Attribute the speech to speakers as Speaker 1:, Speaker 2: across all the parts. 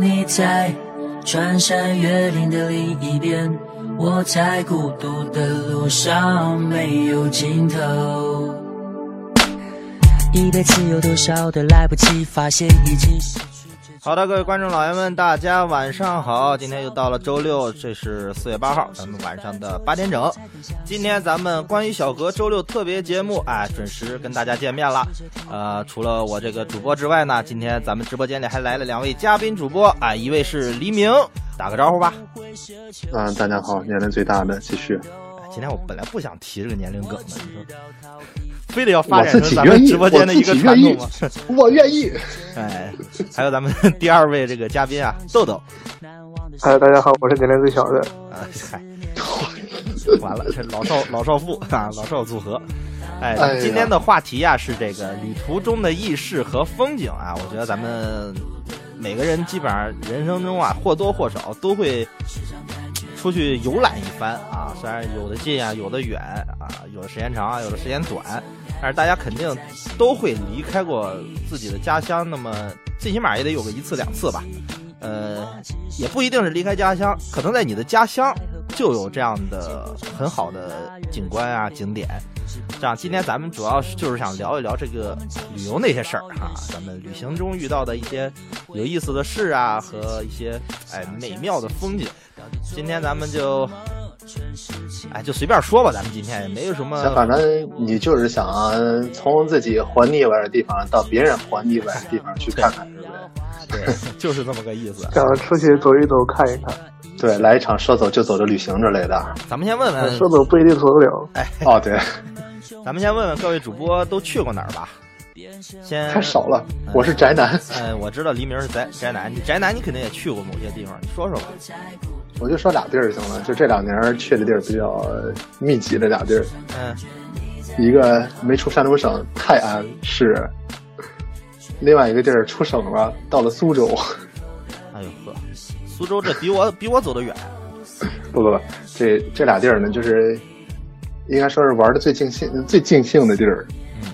Speaker 1: 你在穿山越岭的另一边，我在孤独的路上没有尽头。一辈子有多少的来不及发现，已经失去追踪。
Speaker 2: 好的，各位观众老爷们，大家晚上好！今天又到了周六，这是四月八号，咱们晚上的八点整。今天咱们关于小何周六特别节目，哎，准时跟大家见面了。呃，除了我这个主播之外呢，今天咱们直播间里还来了两位嘉宾主播，啊，一位是黎明，打个招呼吧。
Speaker 3: 啊，大家好，年龄最大的继续，
Speaker 2: 哎今天我本来不想提这个年龄梗的，你说，非得要发
Speaker 3: 我
Speaker 2: 展
Speaker 3: 自
Speaker 2: 成
Speaker 3: 己
Speaker 2: 咱
Speaker 3: 愿
Speaker 2: 们
Speaker 3: 意，
Speaker 2: 直播
Speaker 3: 我
Speaker 2: 间的
Speaker 3: 自
Speaker 2: 一个
Speaker 3: 己
Speaker 2: 传
Speaker 3: 愿
Speaker 2: 统
Speaker 3: 意
Speaker 2: 吗？，
Speaker 3: 我愿意。
Speaker 2: 哎，还有咱们第二位这个嘉宾啊，豆豆。
Speaker 4: 嗨，大家好，我是年龄最小的。
Speaker 2: 啊，嗨， 完了，这老少老少妇啊，老少组合。哎
Speaker 3: 哎，呀
Speaker 2: 今天的话题呀、是这个旅途中的轶事和风景啊，我觉得咱们每个人基本上人生中啊或多或少都会出去游览一番啊，虽然有的近啊，有的远啊，有的时间长，有的时间短，但是大家肯定都会离开过自己的家乡，那么最起码也得有个一次两次吧。呃，也不一定是离开家乡，可能在你的家乡就有这样的很好的景观啊、景点。这样，今天咱们主要是就是想聊一聊这个旅游那些事儿哈、咱们旅行中遇到的一些有意思的事啊，和一些哎美妙的风景。今天咱们就，哎，就随便说吧，咱们今天也没有什么
Speaker 3: 反正你就是想呃从自己活腻歪的地方到别人活腻歪的地方去看看，对不对？
Speaker 2: 对，就是这么个意思。
Speaker 4: 想出去走一走，看一看，
Speaker 3: 对，来一场说走就走的旅行之类的。
Speaker 2: 咱们先问问
Speaker 4: 说走不一定走
Speaker 2: 嗯
Speaker 4: 得了。
Speaker 3: 哦， 对，
Speaker 2: 咱们先问问各位主播都去过哪儿吧。先
Speaker 3: 太少了，我是宅男，
Speaker 2: 哎，我知道黎明是宅宅男，你宅男你肯定也去过某些地方，你说说吧。
Speaker 3: 我就说俩地儿行了，就这两年去的地儿比较密集的俩地儿，
Speaker 2: 嗯，
Speaker 3: 一个没出山东省泰安市，另外一个地儿出省了，到了苏州。
Speaker 2: 哎呦呵，苏州这比我比我走得远。
Speaker 3: 不不不，这这俩地儿呢，就是应该说是玩的最尽兴、最尽兴的地儿。
Speaker 2: 嗯，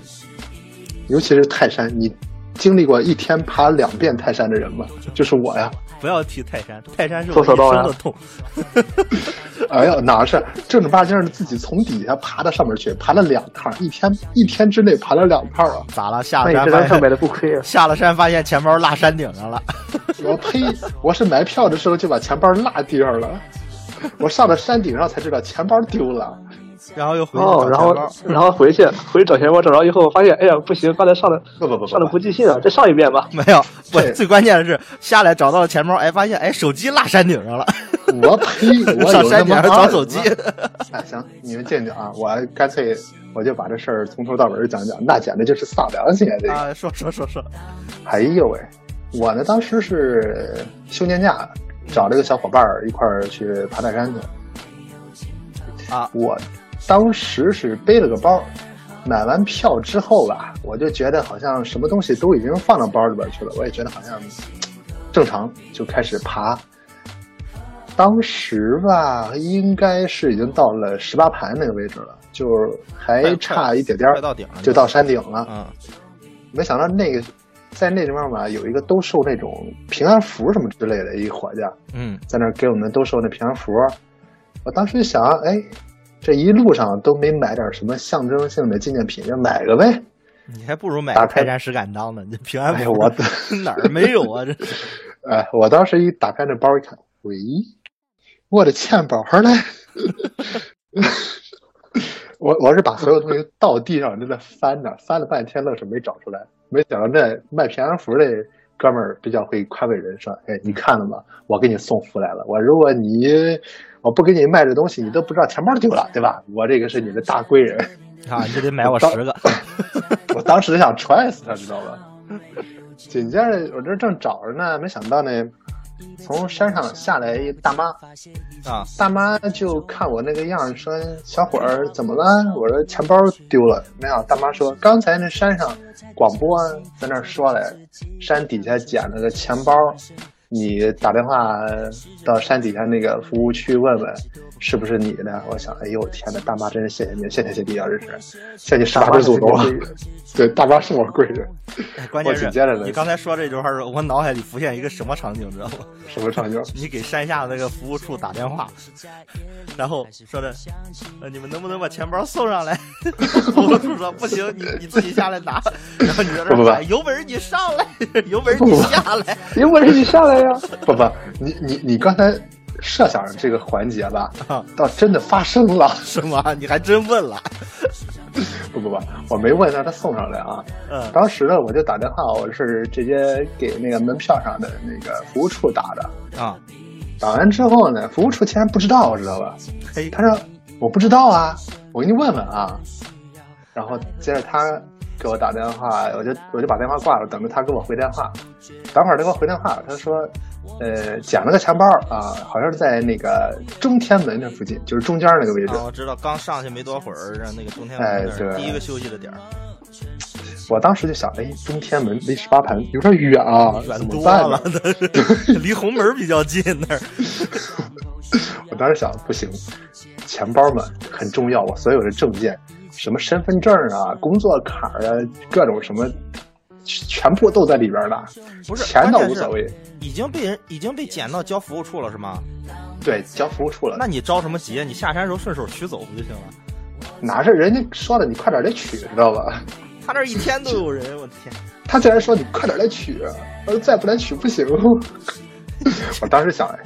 Speaker 3: 尤其是泰山，你经历过一天爬两遍泰山的人吗？就是我呀。
Speaker 2: 不要提泰山，泰山是我
Speaker 4: 做
Speaker 2: 一
Speaker 4: 手刀呀
Speaker 2: 生的痛。
Speaker 3: 哎呀，哪是正儿八经的自己从底下爬到上面去，爬了两趟，一天一天之内爬了两趟啊！
Speaker 2: 咋了？下
Speaker 4: 那
Speaker 2: 了
Speaker 4: 你
Speaker 2: 山
Speaker 4: 这咱
Speaker 2: 发
Speaker 4: 上
Speaker 2: 现
Speaker 4: 买的不亏啊？
Speaker 2: 下了山发现钱包落山顶上了。
Speaker 3: 我呸！我是买票的时候就把钱包落地上了，我上了山顶上才知道钱包丢了。
Speaker 2: 然后又回去
Speaker 4: 哦，
Speaker 2: 找
Speaker 4: 然
Speaker 2: 钱
Speaker 4: 后
Speaker 2: 包。
Speaker 4: 然后回去回去找钱包，找着以后发现，哎呀，不行，刚才上的
Speaker 3: 不不不不
Speaker 4: 上的不尽兴啊，再上一遍吧。
Speaker 2: 没有，我
Speaker 3: 对
Speaker 2: 最关键的是下来找到了钱包，哎，发现哎手机落山顶上了，
Speaker 3: 我呸！我
Speaker 2: 上
Speaker 3: 有
Speaker 2: 山
Speaker 3: 那
Speaker 2: 顶上
Speaker 3: 么二
Speaker 2: 找手机
Speaker 3: 吗。哎，行，你们见见啊，我干脆我就把这事儿从头到尾儿讲讲，那简直就是丧良心啊！这 个，
Speaker 2: 啊！说说说说，
Speaker 3: 哎呦喂，我呢当时是休年假，找这个小伙伴儿一块儿去爬泰山去。
Speaker 2: 啊，
Speaker 3: 我当时是背了个包，买完票之后吧，我就觉得好像什么东西都已经放到包里边去了，我也觉得好像嘖正常，就开始爬。当时吧，应该是已经到了十八盘那个位置了，就是还差一点点
Speaker 2: 快
Speaker 3: 儿
Speaker 2: 到顶了，
Speaker 3: 就到山顶了。
Speaker 2: 嗯，
Speaker 3: 没想到那个在那地方吧，有一个兜售那种平安符什么之类的一伙计啊，
Speaker 2: 嗯
Speaker 3: 在那儿给我们兜售那平安符。我当时想，哎，这一路上都没买点什么象征性的纪念品，就买个呗。
Speaker 2: 你还不如买个
Speaker 3: 打开
Speaker 2: 泰山石敢当呢，你平安符
Speaker 3: 哎呦，我
Speaker 2: 哪儿没有啊？这是
Speaker 3: 哎，我当时一打开那包一看，喂，我的钱包呢？ 我我是把所有东西倒地上，就在翻呢，翻了半天愣是没找出来。没想到这卖平安符这哥们儿比较会宽慰人，说：“哎，你看了吗？我给你送福来了。我如果你我不给你卖这东西，你都不知道钱包丢了，对吧？我这个是你的大贵人。”
Speaker 2: 啊，你得买我十 个。
Speaker 3: 我当时想踹死他，知道吧？紧接着我这正找着呢，没想到呢，从山上下来一大妈，
Speaker 2: 啊，
Speaker 3: 大妈就看我那个样儿说：“小伙儿怎么了？”我说：“钱包丢了。”没想到大妈说：“刚才那山上广播在那儿说来，山底下捡了个钱包，你打电话到山底下那个服务区问问是不是你的。我想，哎呦天哪，大妈真是谢谢你，谢天谢地啊，这是谢谢十八只祖宗大妈是你的贵人。 对，大妈是我贵人，
Speaker 2: 关键
Speaker 3: 我紧接着
Speaker 2: 是，
Speaker 3: 呢
Speaker 2: 你刚才说这句话的时候，我脑海里浮现一个什么场景，你知道吗？
Speaker 3: 什么场景？
Speaker 2: 你给山下那个服务处打电话，然后说的，呃，你们能不能把钱包送上来？ 服务处说不行，你你自己下来拿。然后你在这
Speaker 3: 不
Speaker 2: 儿
Speaker 3: 不
Speaker 2: 喊，有本事你上来，有本事你下来。
Speaker 4: 有本事你下来呀！
Speaker 3: 不不，你你你刚才设想这个环节 吧
Speaker 2: 啊，
Speaker 3: 倒真的发生了。
Speaker 2: 什么？你还真问了？
Speaker 3: 不不不，我没问让他送上来啊。
Speaker 2: 嗯
Speaker 3: 当时呢，我就打电话，我是直接给那个门票上的那个服务处打的。
Speaker 2: 啊，
Speaker 3: 打完之后呢，服务处竟然不知道，知道吧？
Speaker 2: 嘿，
Speaker 3: 他说我不知道啊，我给你问问啊。然后接着他给我打电话，我就我就把电话挂了，等着他给我回电话。等会儿他给我回电话，他说，呃，捡了个钱包啊，好像是在那个中天门那附近，就是中间那个位置。
Speaker 2: 啊，我知道，刚上去没多会儿，让那个中天
Speaker 3: 哎
Speaker 2: 门那儿
Speaker 3: 对
Speaker 2: 第一个休息的点儿，
Speaker 3: 我当时就想，哎，中天门离十八盘有点远啊，
Speaker 2: 远
Speaker 3: 怎么
Speaker 2: 多
Speaker 3: 办呢
Speaker 2: 了？， 离红门比较近那儿。
Speaker 3: 我当时想，不行，钱包嘛很重要，我所有的证件，什么身份证啊、工作卡啊，各种什么，全部都在里边了。
Speaker 2: 不是，
Speaker 3: 钱倒
Speaker 2: 关键
Speaker 3: 无所
Speaker 2: 是
Speaker 3: 谓，
Speaker 2: 已经被人已经被捡到交服务处了是吗？
Speaker 3: 对，交服务处了
Speaker 2: 那，你着什么急啊？你下山时候顺手取走不就行了？
Speaker 3: 哪是人家说的你快点来取，知道吧？
Speaker 2: 他那儿一天都有人，我天！
Speaker 3: 他竟然说你快点来取，呃，再不来取不行。 我当时想，哎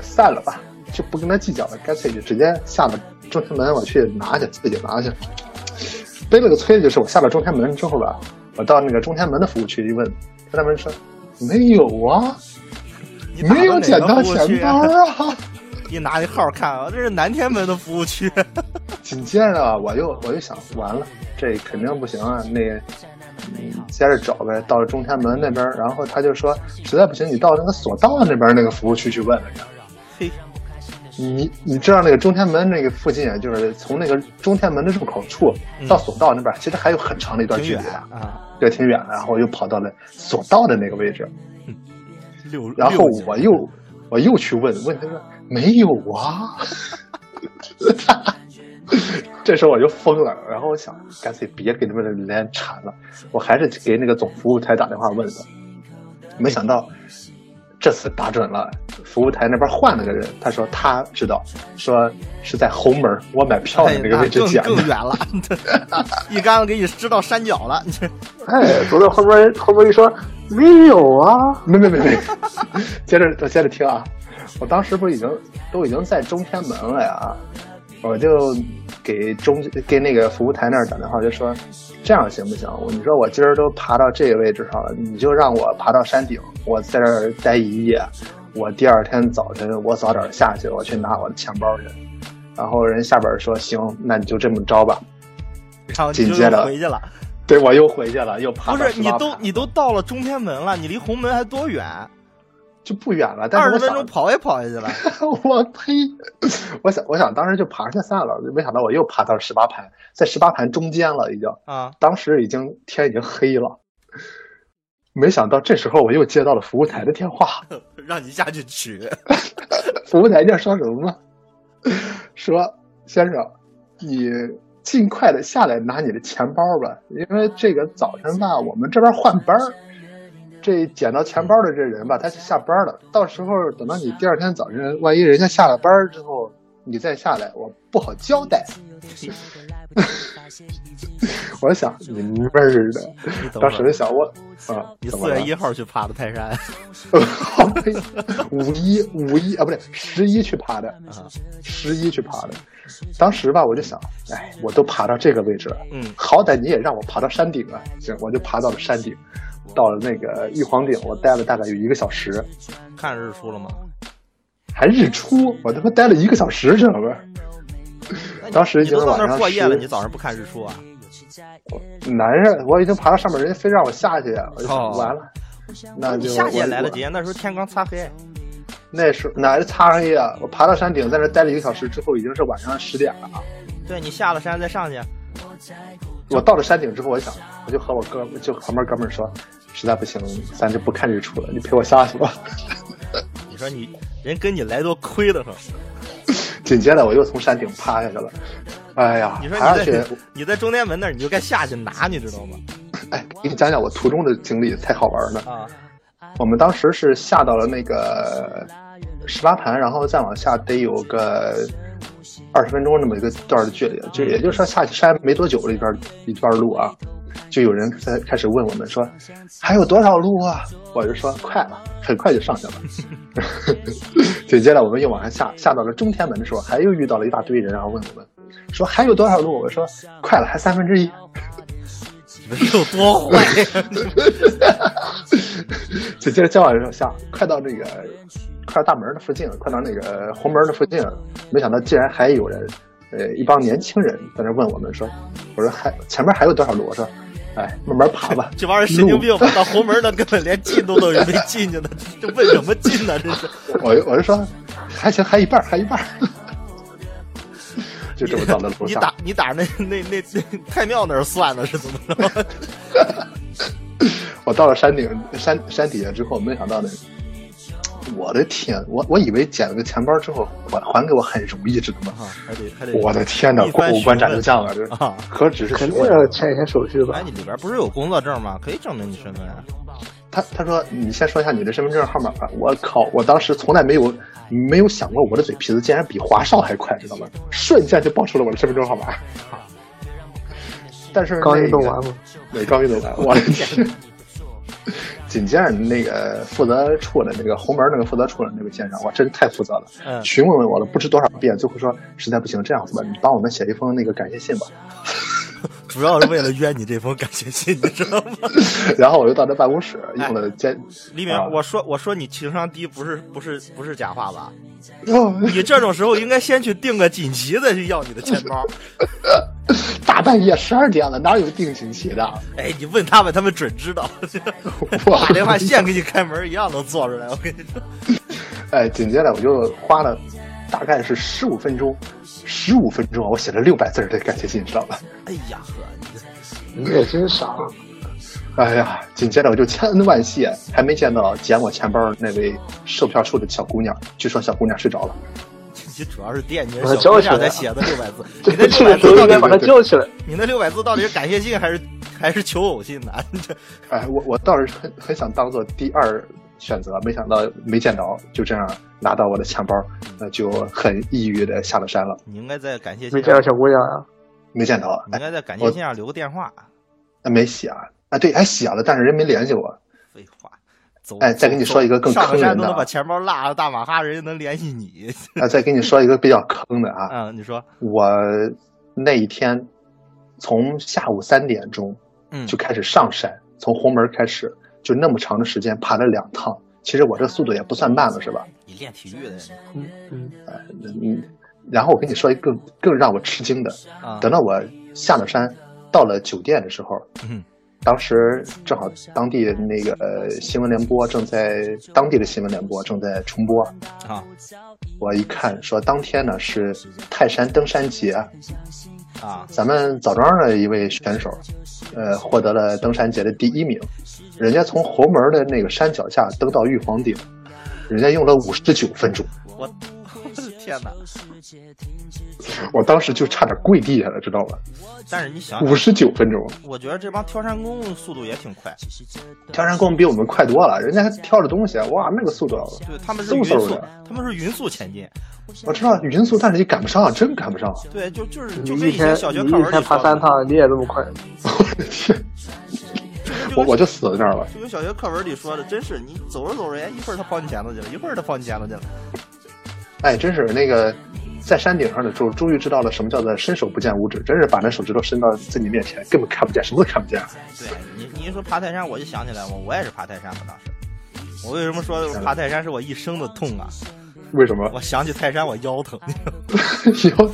Speaker 3: 散了吧，就不跟他计较了，干脆就直接下了中天门，我去拿去，自己拿去。背了个催，就是我下了中天门之后吧，我到那个中天门的服务区一问，他那边说没有啊，
Speaker 2: 你打
Speaker 3: 没有捡
Speaker 2: 哪
Speaker 3: 到
Speaker 2: 个服务
Speaker 3: 钱
Speaker 2: 区
Speaker 3: 包
Speaker 2: 啊？
Speaker 3: 啊。
Speaker 2: 一拿那号看啊，这是南天门的服务区。
Speaker 3: 紧接着我又我又想，完了，这肯定不行啊，那。嗯，接着找呗，到中天门那边，然后他就说，实在不行，你到那个索道那边那个服务区去问问去。
Speaker 2: 嘿，
Speaker 3: 你你知道那个中天门那个附近，啊就是从那个中天门的入口处到索道那边，其实还有很长的一段
Speaker 2: 嗯挺
Speaker 3: 距
Speaker 2: 远
Speaker 3: 离的，
Speaker 2: 啊，
Speaker 3: 对，挺远的。然后我又跑到了索道的那个位置，
Speaker 2: 六。
Speaker 3: 然后
Speaker 2: 六级
Speaker 3: 我又我又去问问他说没有啊， 这时候我就疯了，然后我想干脆别给他们连缠了，我还是给那个总服务台打电话问的，没想到这次打准了，服务台那边换了个人，他说他知道，说是在红门我买票的
Speaker 2: 哎，
Speaker 3: 那个位置
Speaker 2: 更
Speaker 3: 捡
Speaker 2: 更远
Speaker 3: 的，
Speaker 2: 了，一竿子给你支到山脚了。你这
Speaker 4: 哎， 走到后边，后边一说没有啊，
Speaker 3: 没没没没， 接着我接着听啊，我当时不是已经都已经在中天门了呀，我就给中给那个服务台那儿打电话，就说这样行不行？我你说我今儿都爬到这个位置上了，你就让我爬到山顶，我在这儿待一夜，我第二天早晨我早点下去，我去拿我的钱包去。然后人下边儿说行，那你就这么着吧。
Speaker 2: 然后你就
Speaker 3: 紧接着
Speaker 2: 又回去了。
Speaker 3: 对我又回去了，又爬
Speaker 2: 不
Speaker 3: 到
Speaker 2: 是，
Speaker 3: 18
Speaker 2: 你都
Speaker 3: 爬
Speaker 2: 你都到了中天门了，你离红门还多远？
Speaker 3: 就不远了，但
Speaker 2: 二
Speaker 3: 是我
Speaker 2: 十分
Speaker 3: 想
Speaker 2: 钟跑也跑下去 了。
Speaker 3: 我呸！我想，我想当时就爬下散了，没想到我又爬到十八盘，在十八盘中间了，已经。
Speaker 2: 啊，
Speaker 3: 当时已经天已经黑了，没想到这时候我又接到了服务台的电话，
Speaker 2: 让你下去取。
Speaker 3: 服务台在说什么吗？说先生，你尽快的下来拿你的钱包吧，因为这个早晨吧，我们这边换班儿，
Speaker 2: 嗯
Speaker 3: 这捡到钱包的这人吧，他去下班了。到时候等到你第二天早晨，万一人家下了班儿之后，你再下来，我不好交代。 我想你妹儿的，
Speaker 2: 你等会
Speaker 3: 当时
Speaker 2: 儿
Speaker 3: 就，想我啊，
Speaker 2: 你
Speaker 3: 怎
Speaker 2: 四
Speaker 3: 么了
Speaker 2: 月一号去爬的泰山
Speaker 3: 好累， 五一五一啊，不对，十一去爬的，
Speaker 2: 啊，
Speaker 3: 十一去爬的。当时吧，我就想，哎，我都爬到这个位置了，
Speaker 2: 嗯
Speaker 3: 好歹你也让我爬到山顶啊。行，我就爬到了山顶，到了那个玉皇顶，我待了大概有一个小时，
Speaker 2: 看日出了吗？
Speaker 3: 还日出，我他妈待了一个小时，知道吗？
Speaker 2: 那你
Speaker 3: 当时已
Speaker 2: 你
Speaker 3: 经
Speaker 2: 都到
Speaker 3: 晚
Speaker 2: 那儿
Speaker 3: 上
Speaker 2: 过夜了，
Speaker 3: 10
Speaker 2: 你早上不看日出啊？
Speaker 3: 男人，我已经爬到上面，人家非让我下去，我就想
Speaker 2: 哦
Speaker 3: 完了。那
Speaker 2: 你
Speaker 3: 就
Speaker 2: 下去也
Speaker 3: 我
Speaker 2: 来得及，那时候天刚擦黑。
Speaker 3: 那时候哪是擦黑啊？我爬到山顶，在那待了一个小时之后，已经是晚上十点了啊。
Speaker 2: 对你下了山再上去，
Speaker 3: 我到了山顶之后，我想，我就和我哥，就旁边哥们儿说，实在不行，咱就不看日出了，你陪我下去吧。
Speaker 2: 你说你人跟你来多亏得很，
Speaker 3: 紧接着我又从山顶趴下去了，哎呀
Speaker 2: 你，说
Speaker 3: 爬上
Speaker 2: 你
Speaker 3: 去
Speaker 2: 在，你在中天门那儿，你就该下去拿，你知道吗？
Speaker 3: 哎，给你讲讲我途中的经历，太好玩了。
Speaker 2: 啊，
Speaker 3: 我们当时是下到了那个十八盘，然后再往下得有个二十分钟那么一个段儿的距离，就也就是说下去山没多久这段一段路啊，就有人在开始问我们说还有多少路啊？我就说快了，很快就上去了。 紧接着我们又往下下，下到了中天门的时候，还又遇到了一大堆人，然啊后问我们说还有多少路？我说快了，还三分之一。
Speaker 2: 你们有多坏？。
Speaker 3: 就接着再往上下，快到那个快到大门的附近了，快到那个红门的附近了。没想到竟然还有人，呃，一帮年轻人在那问我们说，我说还前面还有多少路？我说，哎，慢慢爬吧
Speaker 2: 这帮人神经病吧，到红门那根本连进都都没进去呢，这问什么进呢？这 是
Speaker 3: 我就我就说，还行，还一半儿，还 一半儿。就这么到了楼
Speaker 2: 你
Speaker 3: 下
Speaker 2: 打，你打那那那那太庙那儿算的是怎么着？
Speaker 3: 我到了山顶山山底下之后，没想到呢，我的天，我我以为捡了个钱包之后还还给我很容易，知道吗？
Speaker 2: 啊，还得还得
Speaker 3: 我的天哪，
Speaker 2: 一
Speaker 3: 过
Speaker 2: 番
Speaker 3: 五
Speaker 2: 询
Speaker 3: 关斩
Speaker 2: 问
Speaker 3: 六将 啊，这
Speaker 2: 啊！
Speaker 3: 何止是
Speaker 4: 肯定
Speaker 3: 询问
Speaker 4: 要签一些手续
Speaker 2: 哎，
Speaker 4: 吧？
Speaker 2: 你里边不是有工作证吗？可以证明你身份啊。
Speaker 3: 他他说你先说一下你的身份证号码吧。我靠，我当时从来没有没有想过我的嘴皮子竟然比华少还快，知道吗？瞬间就报出了我的身份证号码。 但是
Speaker 4: 刚运动
Speaker 3: 那个
Speaker 4: 完嘛，
Speaker 3: 对，刚运动完，我的天！ 紧接着那个负责处的那个红门那个负责处的那位先生，哇，真太负责了，
Speaker 2: 嗯
Speaker 3: 询问了我了不知多少遍，最后说实在不行这样子吧，你帮我们写一封那个感谢信吧。
Speaker 2: 主要是为了冤你这封感谢信，你知道吗？
Speaker 3: 然后我就到他办公室，用了监，
Speaker 2: 黎明
Speaker 3: 啊，
Speaker 2: 我说我说你情商低，不是不是不是假话吧？
Speaker 3: 哟
Speaker 2: 你这种时候应该先去订个锦旗，再去要你的钱包。
Speaker 3: 大半夜十二点了，哪有定情 期的？
Speaker 2: 哎，你问他们，他们准知道。
Speaker 3: 我
Speaker 2: 打电话现给你开门一样能做出来，我跟你说。
Speaker 3: 哎，紧接着我就花了大概是十五分钟，十五分钟啊，我写了六百字儿的感谢信，你知道吧？
Speaker 2: 哎呀呵，你
Speaker 4: 你也真傻。
Speaker 3: 哎呀，紧接着我就千恩万谢，还没见到捡我钱包的那位售票处的小姑娘，据说小姑娘睡着了。
Speaker 2: 你主要是惦记着
Speaker 4: 把它
Speaker 2: 小姑
Speaker 4: 叫
Speaker 2: 娘
Speaker 4: 起来
Speaker 2: 才写
Speaker 4: 啊
Speaker 2: 的六百 字，
Speaker 4: 这
Speaker 2: 你那
Speaker 4: 这
Speaker 2: 六
Speaker 4: 个
Speaker 2: 百字到
Speaker 4: 时候应该
Speaker 2: 底，
Speaker 4: 把他叫起来。
Speaker 2: 你那六百字到底是感谢信还是还是求偶信呢？
Speaker 3: 哎，我我倒是很很想当做第二选择，没想到没见着，就这样拿到我的钱包，那就很抑郁的下了山了。
Speaker 2: 你应该在感谢
Speaker 4: 没
Speaker 2: 信
Speaker 4: 见
Speaker 2: 上，
Speaker 4: 到小姑娘啊？
Speaker 3: 没见着，
Speaker 2: 你应
Speaker 3: 哎，
Speaker 2: 该在感谢信上留个电话。
Speaker 3: 没写啊，啊对，还写了，但是人没联系我。
Speaker 2: 废话。走
Speaker 3: 哎再跟你说一个更
Speaker 2: 上
Speaker 3: 坑
Speaker 2: 个山
Speaker 3: 人
Speaker 2: 都
Speaker 3: 的啊
Speaker 2: 能把钱包落了大马哈，人家能联系你。
Speaker 3: 啊，再跟你说一个比较坑的啊，
Speaker 2: 嗯，你说，
Speaker 3: 我那一天从下午三点钟
Speaker 2: 嗯，
Speaker 3: 就开始上山，从红门开始，就那么长的时间爬了两趟。其实我这速度也不算慢了，是吧？
Speaker 2: 你练体育的人
Speaker 4: 嗯嗯，
Speaker 3: 嗯。然后我跟你说一个更更让我吃惊的，
Speaker 2: 啊，
Speaker 3: 等到我下了山，到了酒店的时候，
Speaker 2: 嗯
Speaker 3: 当时正好当地那个呃新闻联播正在当地的新闻联播正在重播，
Speaker 2: 啊
Speaker 3: 我一看说当天呢是泰山登山节，
Speaker 2: 啊，
Speaker 3: 咱们枣庄的一位选手，呃，获得了登山节的第一名。人家从侯门的那个山脚下登到玉皇顶，人家用了五十九分钟，
Speaker 2: 我 我的天哪！
Speaker 3: 我当时就差点跪地下了，知道吧？
Speaker 2: 但是你想
Speaker 3: 五
Speaker 2: 想，
Speaker 3: 十九分钟，
Speaker 2: 我觉得这帮挑山工速度也挺快，
Speaker 3: 挑山工比我们快多了，人家还挑着东西，哇，那个速度，
Speaker 2: 对，他们是
Speaker 3: 嗖
Speaker 2: 匀
Speaker 3: 嗖
Speaker 2: 速
Speaker 3: 的。，
Speaker 2: 他们是匀速前进。
Speaker 3: 我知道匀速，但是你赶不上，啊真赶不上。
Speaker 2: 对，就就是
Speaker 4: 你
Speaker 2: 就
Speaker 4: 一
Speaker 2: 跟以
Speaker 4: 天
Speaker 2: 前小学
Speaker 4: 你
Speaker 2: 课
Speaker 4: 一
Speaker 2: 文
Speaker 4: 天
Speaker 2: 里
Speaker 4: 爬
Speaker 2: 说
Speaker 4: 三
Speaker 2: 的，
Speaker 4: 趟，你也这么快？
Speaker 2: 哎
Speaker 3: 我的天，
Speaker 2: 就
Speaker 3: 我
Speaker 2: 跟
Speaker 3: 我就死在那儿了。
Speaker 2: 就跟小学课文里说的，真是你走着走着，哎，一会儿他跑你前头去了，一会儿他跑你前头去了。
Speaker 3: 哎，真是那个在山顶上的时候，终于知道了什么叫做伸手不见五指，真是把那手指头伸到自己面前，根本看不见，什么都看不见。
Speaker 2: 对你，你一说爬泰山，我就想起来我我也是爬泰山的当时。我为什么说
Speaker 4: 嗯
Speaker 2: 爬泰山是我一生的痛啊？
Speaker 3: 为什么？
Speaker 2: 我想起泰山，我腰疼。
Speaker 3: 腰疼，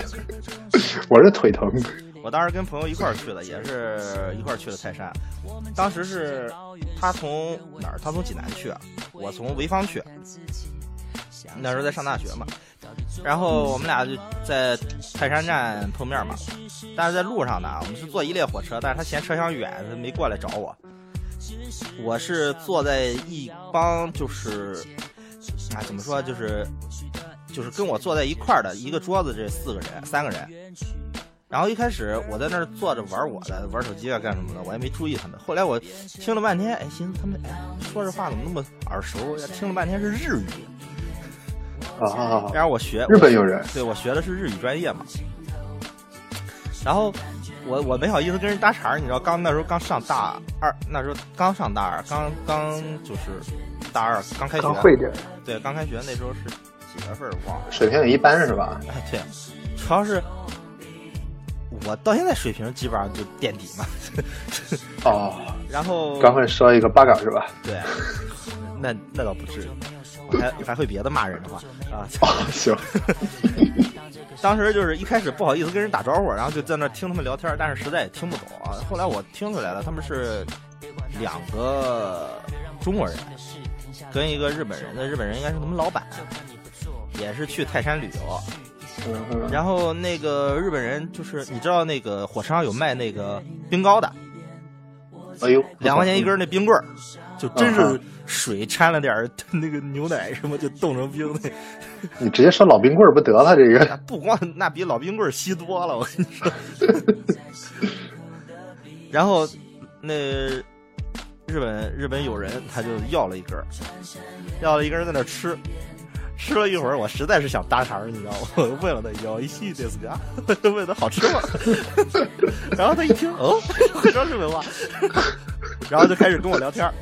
Speaker 3: 我是腿疼。
Speaker 2: 我当时跟朋友一块儿去的，也是一块儿去的泰山。当时是他从哪儿？他从济南去啊，我从潍坊去。那时候在上大学嘛，然后我们俩就在泰山站碰面嘛。但是在路上呢，我们是坐一列火车，但是他嫌车厢远，他没过来找我。我是坐在一帮就是啊，怎么说就是就是跟我坐在一块儿的一个桌子这四个人三个人，然后一开始我在那儿坐着玩我的玩手机啊干什么的，我也没注意他们。后来我听了半天，哎，寻思他们哎说这话怎么那么耳熟？听了半天是日语，
Speaker 3: 啊，
Speaker 2: 然后我学
Speaker 3: 日本友人
Speaker 2: 对我学的是日语专业嘛，然后我我没好意思跟人搭茬儿，你知道，刚那时候刚上大二，那时候刚上大二，刚刚就是大二刚开学，
Speaker 4: 刚会点儿，
Speaker 2: 对，刚开学那时候是几月份儿忘了，
Speaker 3: 水平也一般是吧？
Speaker 2: 哎，对，主要是我到现在水平基本上就垫底嘛，
Speaker 3: 哦，
Speaker 2: 然后
Speaker 3: 刚会说一个八嘎是吧？
Speaker 2: 对，那那倒不至于，我还还会别的骂人的话啊。
Speaker 3: 哦，行，
Speaker 2: 当时就是一开始不好意思跟人打招呼，然后就在那听他们聊天，但是实在也听不懂啊。后来我听出来了，他们是两个中国人跟一个日本人，那日本人应该是他们老板，也是去泰山旅游。
Speaker 3: 嗯嗯，
Speaker 2: 然后那个日本人就是你知道那个火车上有卖那个冰糕的，
Speaker 3: 哎呦，
Speaker 2: 两块钱一根儿那冰棍儿，就真
Speaker 3: 嗯
Speaker 2: 是水掺了点儿 那个牛奶什么就冻成冰的。
Speaker 3: 你直接说老冰棍儿不得了？这
Speaker 2: 那
Speaker 3: 个
Speaker 2: 不光那比老冰棍儿稀多了，我跟你说。然后那日本日本友人他就要了一根儿，要了一根儿在那儿吃，吃了一会儿，我实在是想搭茬儿，你知道吗？ 我就问了他一句，我一细这次啊，我 就问他好吃吗？然后他一听，哦， 会说日本话，然后就开始跟我聊天儿，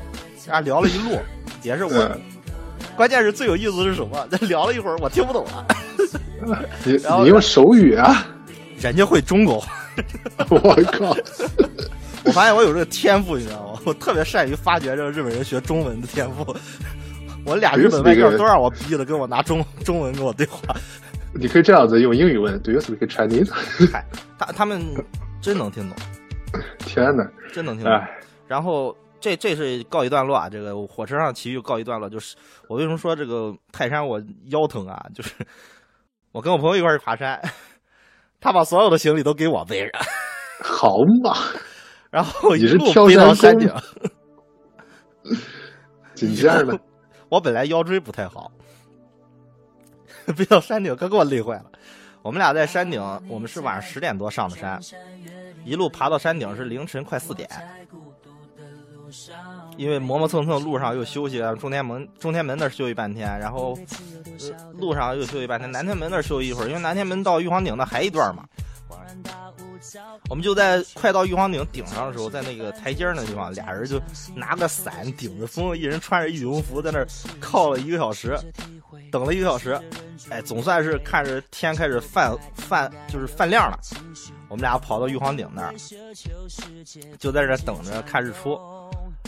Speaker 2: 啊，聊了一路，也是我。
Speaker 3: 嗯
Speaker 2: 关键是最有意思是什么？ 聊了一会儿，我听不懂了。
Speaker 3: 你
Speaker 2: 然后
Speaker 3: 你用手语啊？
Speaker 2: 人家会中国，
Speaker 3: 我靠，
Speaker 2: 我发现我有这个天赋，你知道吗？我特别善于发掘这个日本人学中文的天赋。我俩日本外教都让我逼的，跟我拿中中文跟我对话。
Speaker 3: 你可以这样子用英语问，Do you speak Chinese？
Speaker 2: 嗨，他他们真能听懂，
Speaker 3: 天哪，
Speaker 2: 真能听懂。
Speaker 3: 哎，
Speaker 2: 然后这这是告一段落啊，这个火车上奇遇告一段落。就是我为什么说这个泰山我腰疼啊？就是我跟我朋友一块儿去爬山，他把所有的行李都给我背着，
Speaker 3: 好嘛，
Speaker 2: 然后一
Speaker 3: 你是
Speaker 2: 路
Speaker 3: 挑
Speaker 2: 背到
Speaker 3: 山
Speaker 2: 山
Speaker 3: 工
Speaker 2: 顶。
Speaker 3: 紧接 着呢，
Speaker 2: 我本来腰椎不太好， 飞到山顶，可给我累坏了。我们俩在山
Speaker 1: 哎
Speaker 2: 顶，我们是晚上十点多上的山，一路爬到山顶是凌晨快四点。因为磨磨蹭蹭路上又休息了，中天门中天门那儿休息半天，然后、呃路上又休息半天，南天门那儿休息一会儿，因为南天门到玉皇顶那还一段嘛。我们就在快到玉皇顶顶上的时候，在那个台阶儿那地方，俩人就拿个伞顶着风，一人穿着羽绒服在那儿靠了一个小时，等了一个小时，哎，总算是看着天开始泛泛就是泛亮了。我们俩跑到玉皇顶那儿，就在这儿等着看日出。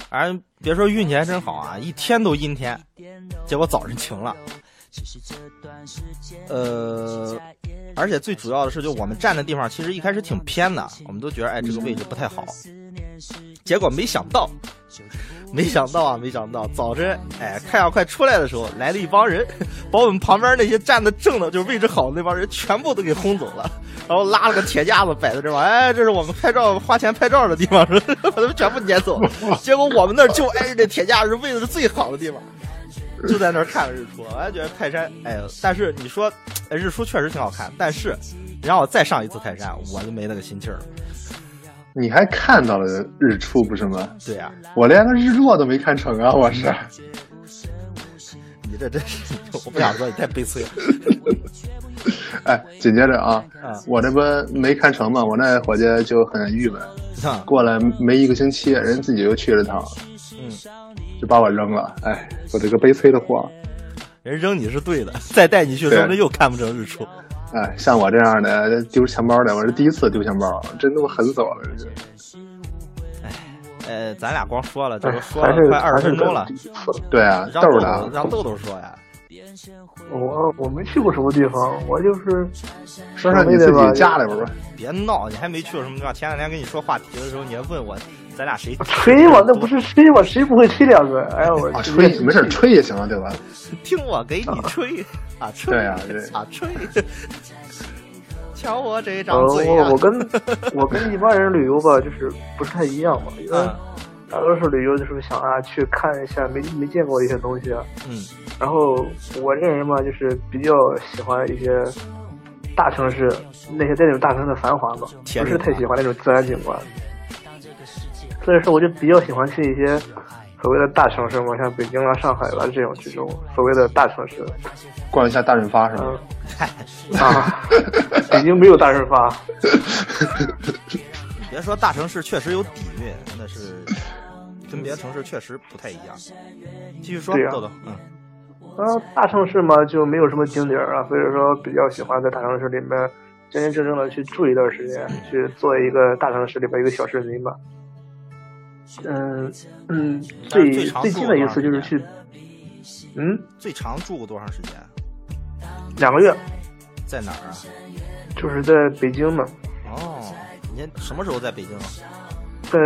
Speaker 2: 反正哎别说运气还真好啊，一天都阴天，结果早晨晴了。呃，而且最主要的是，就我们站的地方其实一开始挺偏的，我们都觉得哎这个位置不太好。结果没想到，没想到啊，没想到，早晨哎太阳快出来的时候，来了一帮人， 把我们旁边那些站的正的，就是位置好的那帮人全部都给轰走了，然后拉了个铁架子摆在这儿，哎，这是我们拍照花钱拍照的地方， 把他们全部撵 走。结果我们那儿就挨着这铁架是位置是最好的地方。就在那儿看了日出，我还觉得泰山，哎呦！但是你说，哎日出确实挺好看，但是你让我再上一次泰山，我就没那个心气儿了。
Speaker 3: 你还看到了日出不是吗？
Speaker 2: 对呀、
Speaker 3: 我连个日落都没看成啊，我是。
Speaker 2: 你这真是，我不想说，你太悲催了。
Speaker 3: 哎，紧接着啊，
Speaker 2: 啊
Speaker 3: 我这不没看成嘛，我那伙计就很郁闷，
Speaker 2: 啊，
Speaker 3: 过来没一个星期，人自己又去了趟，
Speaker 2: 嗯，
Speaker 3: 就把我扔了。哎，我这个悲催的货，
Speaker 2: 人扔你是对的， 再带你去，
Speaker 3: 对
Speaker 2: 说不定又看不成日出。
Speaker 3: 哎，像我这样的丢钱包的，我是第一次丢钱包，真他妈狠死我了，这是。
Speaker 2: 呃，咱俩光说了，这
Speaker 4: 哎
Speaker 2: 都说
Speaker 4: 还
Speaker 2: 了
Speaker 4: 是
Speaker 2: 快二
Speaker 4: 还
Speaker 2: 十
Speaker 4: 是
Speaker 2: 分钟了，
Speaker 4: 这个地方
Speaker 3: 对啊，
Speaker 2: 让
Speaker 3: 豆
Speaker 2: 豆
Speaker 3: 的
Speaker 2: 豆
Speaker 3: 啊，
Speaker 2: 让豆豆说呀。
Speaker 4: 我我没去过什么地方，我就是
Speaker 3: 说说你自己家里边吧。
Speaker 2: 别闹，你还没去过什么地方？前两天跟你说话题的时候，你还问我，咱俩谁
Speaker 4: 吹我，那不是吹我，谁不会吹两个？哎呀，我
Speaker 3: 啊，吹没事儿吹也行啊，对吧？
Speaker 2: 听我给你 吹啊吹
Speaker 3: 对呀对
Speaker 2: 啊吹， 瞧我这
Speaker 4: 呃
Speaker 2: 张嘴呀
Speaker 4: 我我跟我跟一般人旅游吧，就是不是太一样嘛，因为
Speaker 2: 嗯
Speaker 4: 大多数旅游就是想啊去看一下没没见过的一些东西啊，
Speaker 2: 嗯
Speaker 4: 然后我这人嘛，就是比较喜欢一些大城市那些那种大城市的繁华嘛，
Speaker 2: 田
Speaker 4: 不是
Speaker 2: 园
Speaker 4: 太喜欢那种自然景观。所以说，我就比较喜欢去一些所谓的大城市嘛，像北京啊、上海啊这种这种所谓的大城市。
Speaker 3: 逛一下大润发是
Speaker 4: 嗯
Speaker 3: 吗？
Speaker 4: 啊， 北京没有大润发，
Speaker 2: 别说大城市确实有底蕴，那是跟别的城市确实不太一样。继续说
Speaker 4: 对，呀啊
Speaker 2: 豆豆，嗯，
Speaker 4: 然后呃大城市嘛就没有什么景点儿啊，所以说比较喜欢在大城市里面真真正正的去住一段时间，去做一个大城市里边一个小市民吧。嗯嗯，
Speaker 2: 但
Speaker 4: 最
Speaker 2: 是最常
Speaker 4: 最
Speaker 2: 住
Speaker 4: 近
Speaker 2: 的
Speaker 4: 的一
Speaker 2: 话
Speaker 4: 次就是去，嗯，
Speaker 2: 最长住过多长时间？
Speaker 4: 两个月，
Speaker 2: 在哪儿啊？
Speaker 4: 就是在北京嘛，
Speaker 2: 哦，您什么时候在北京啊？
Speaker 4: 在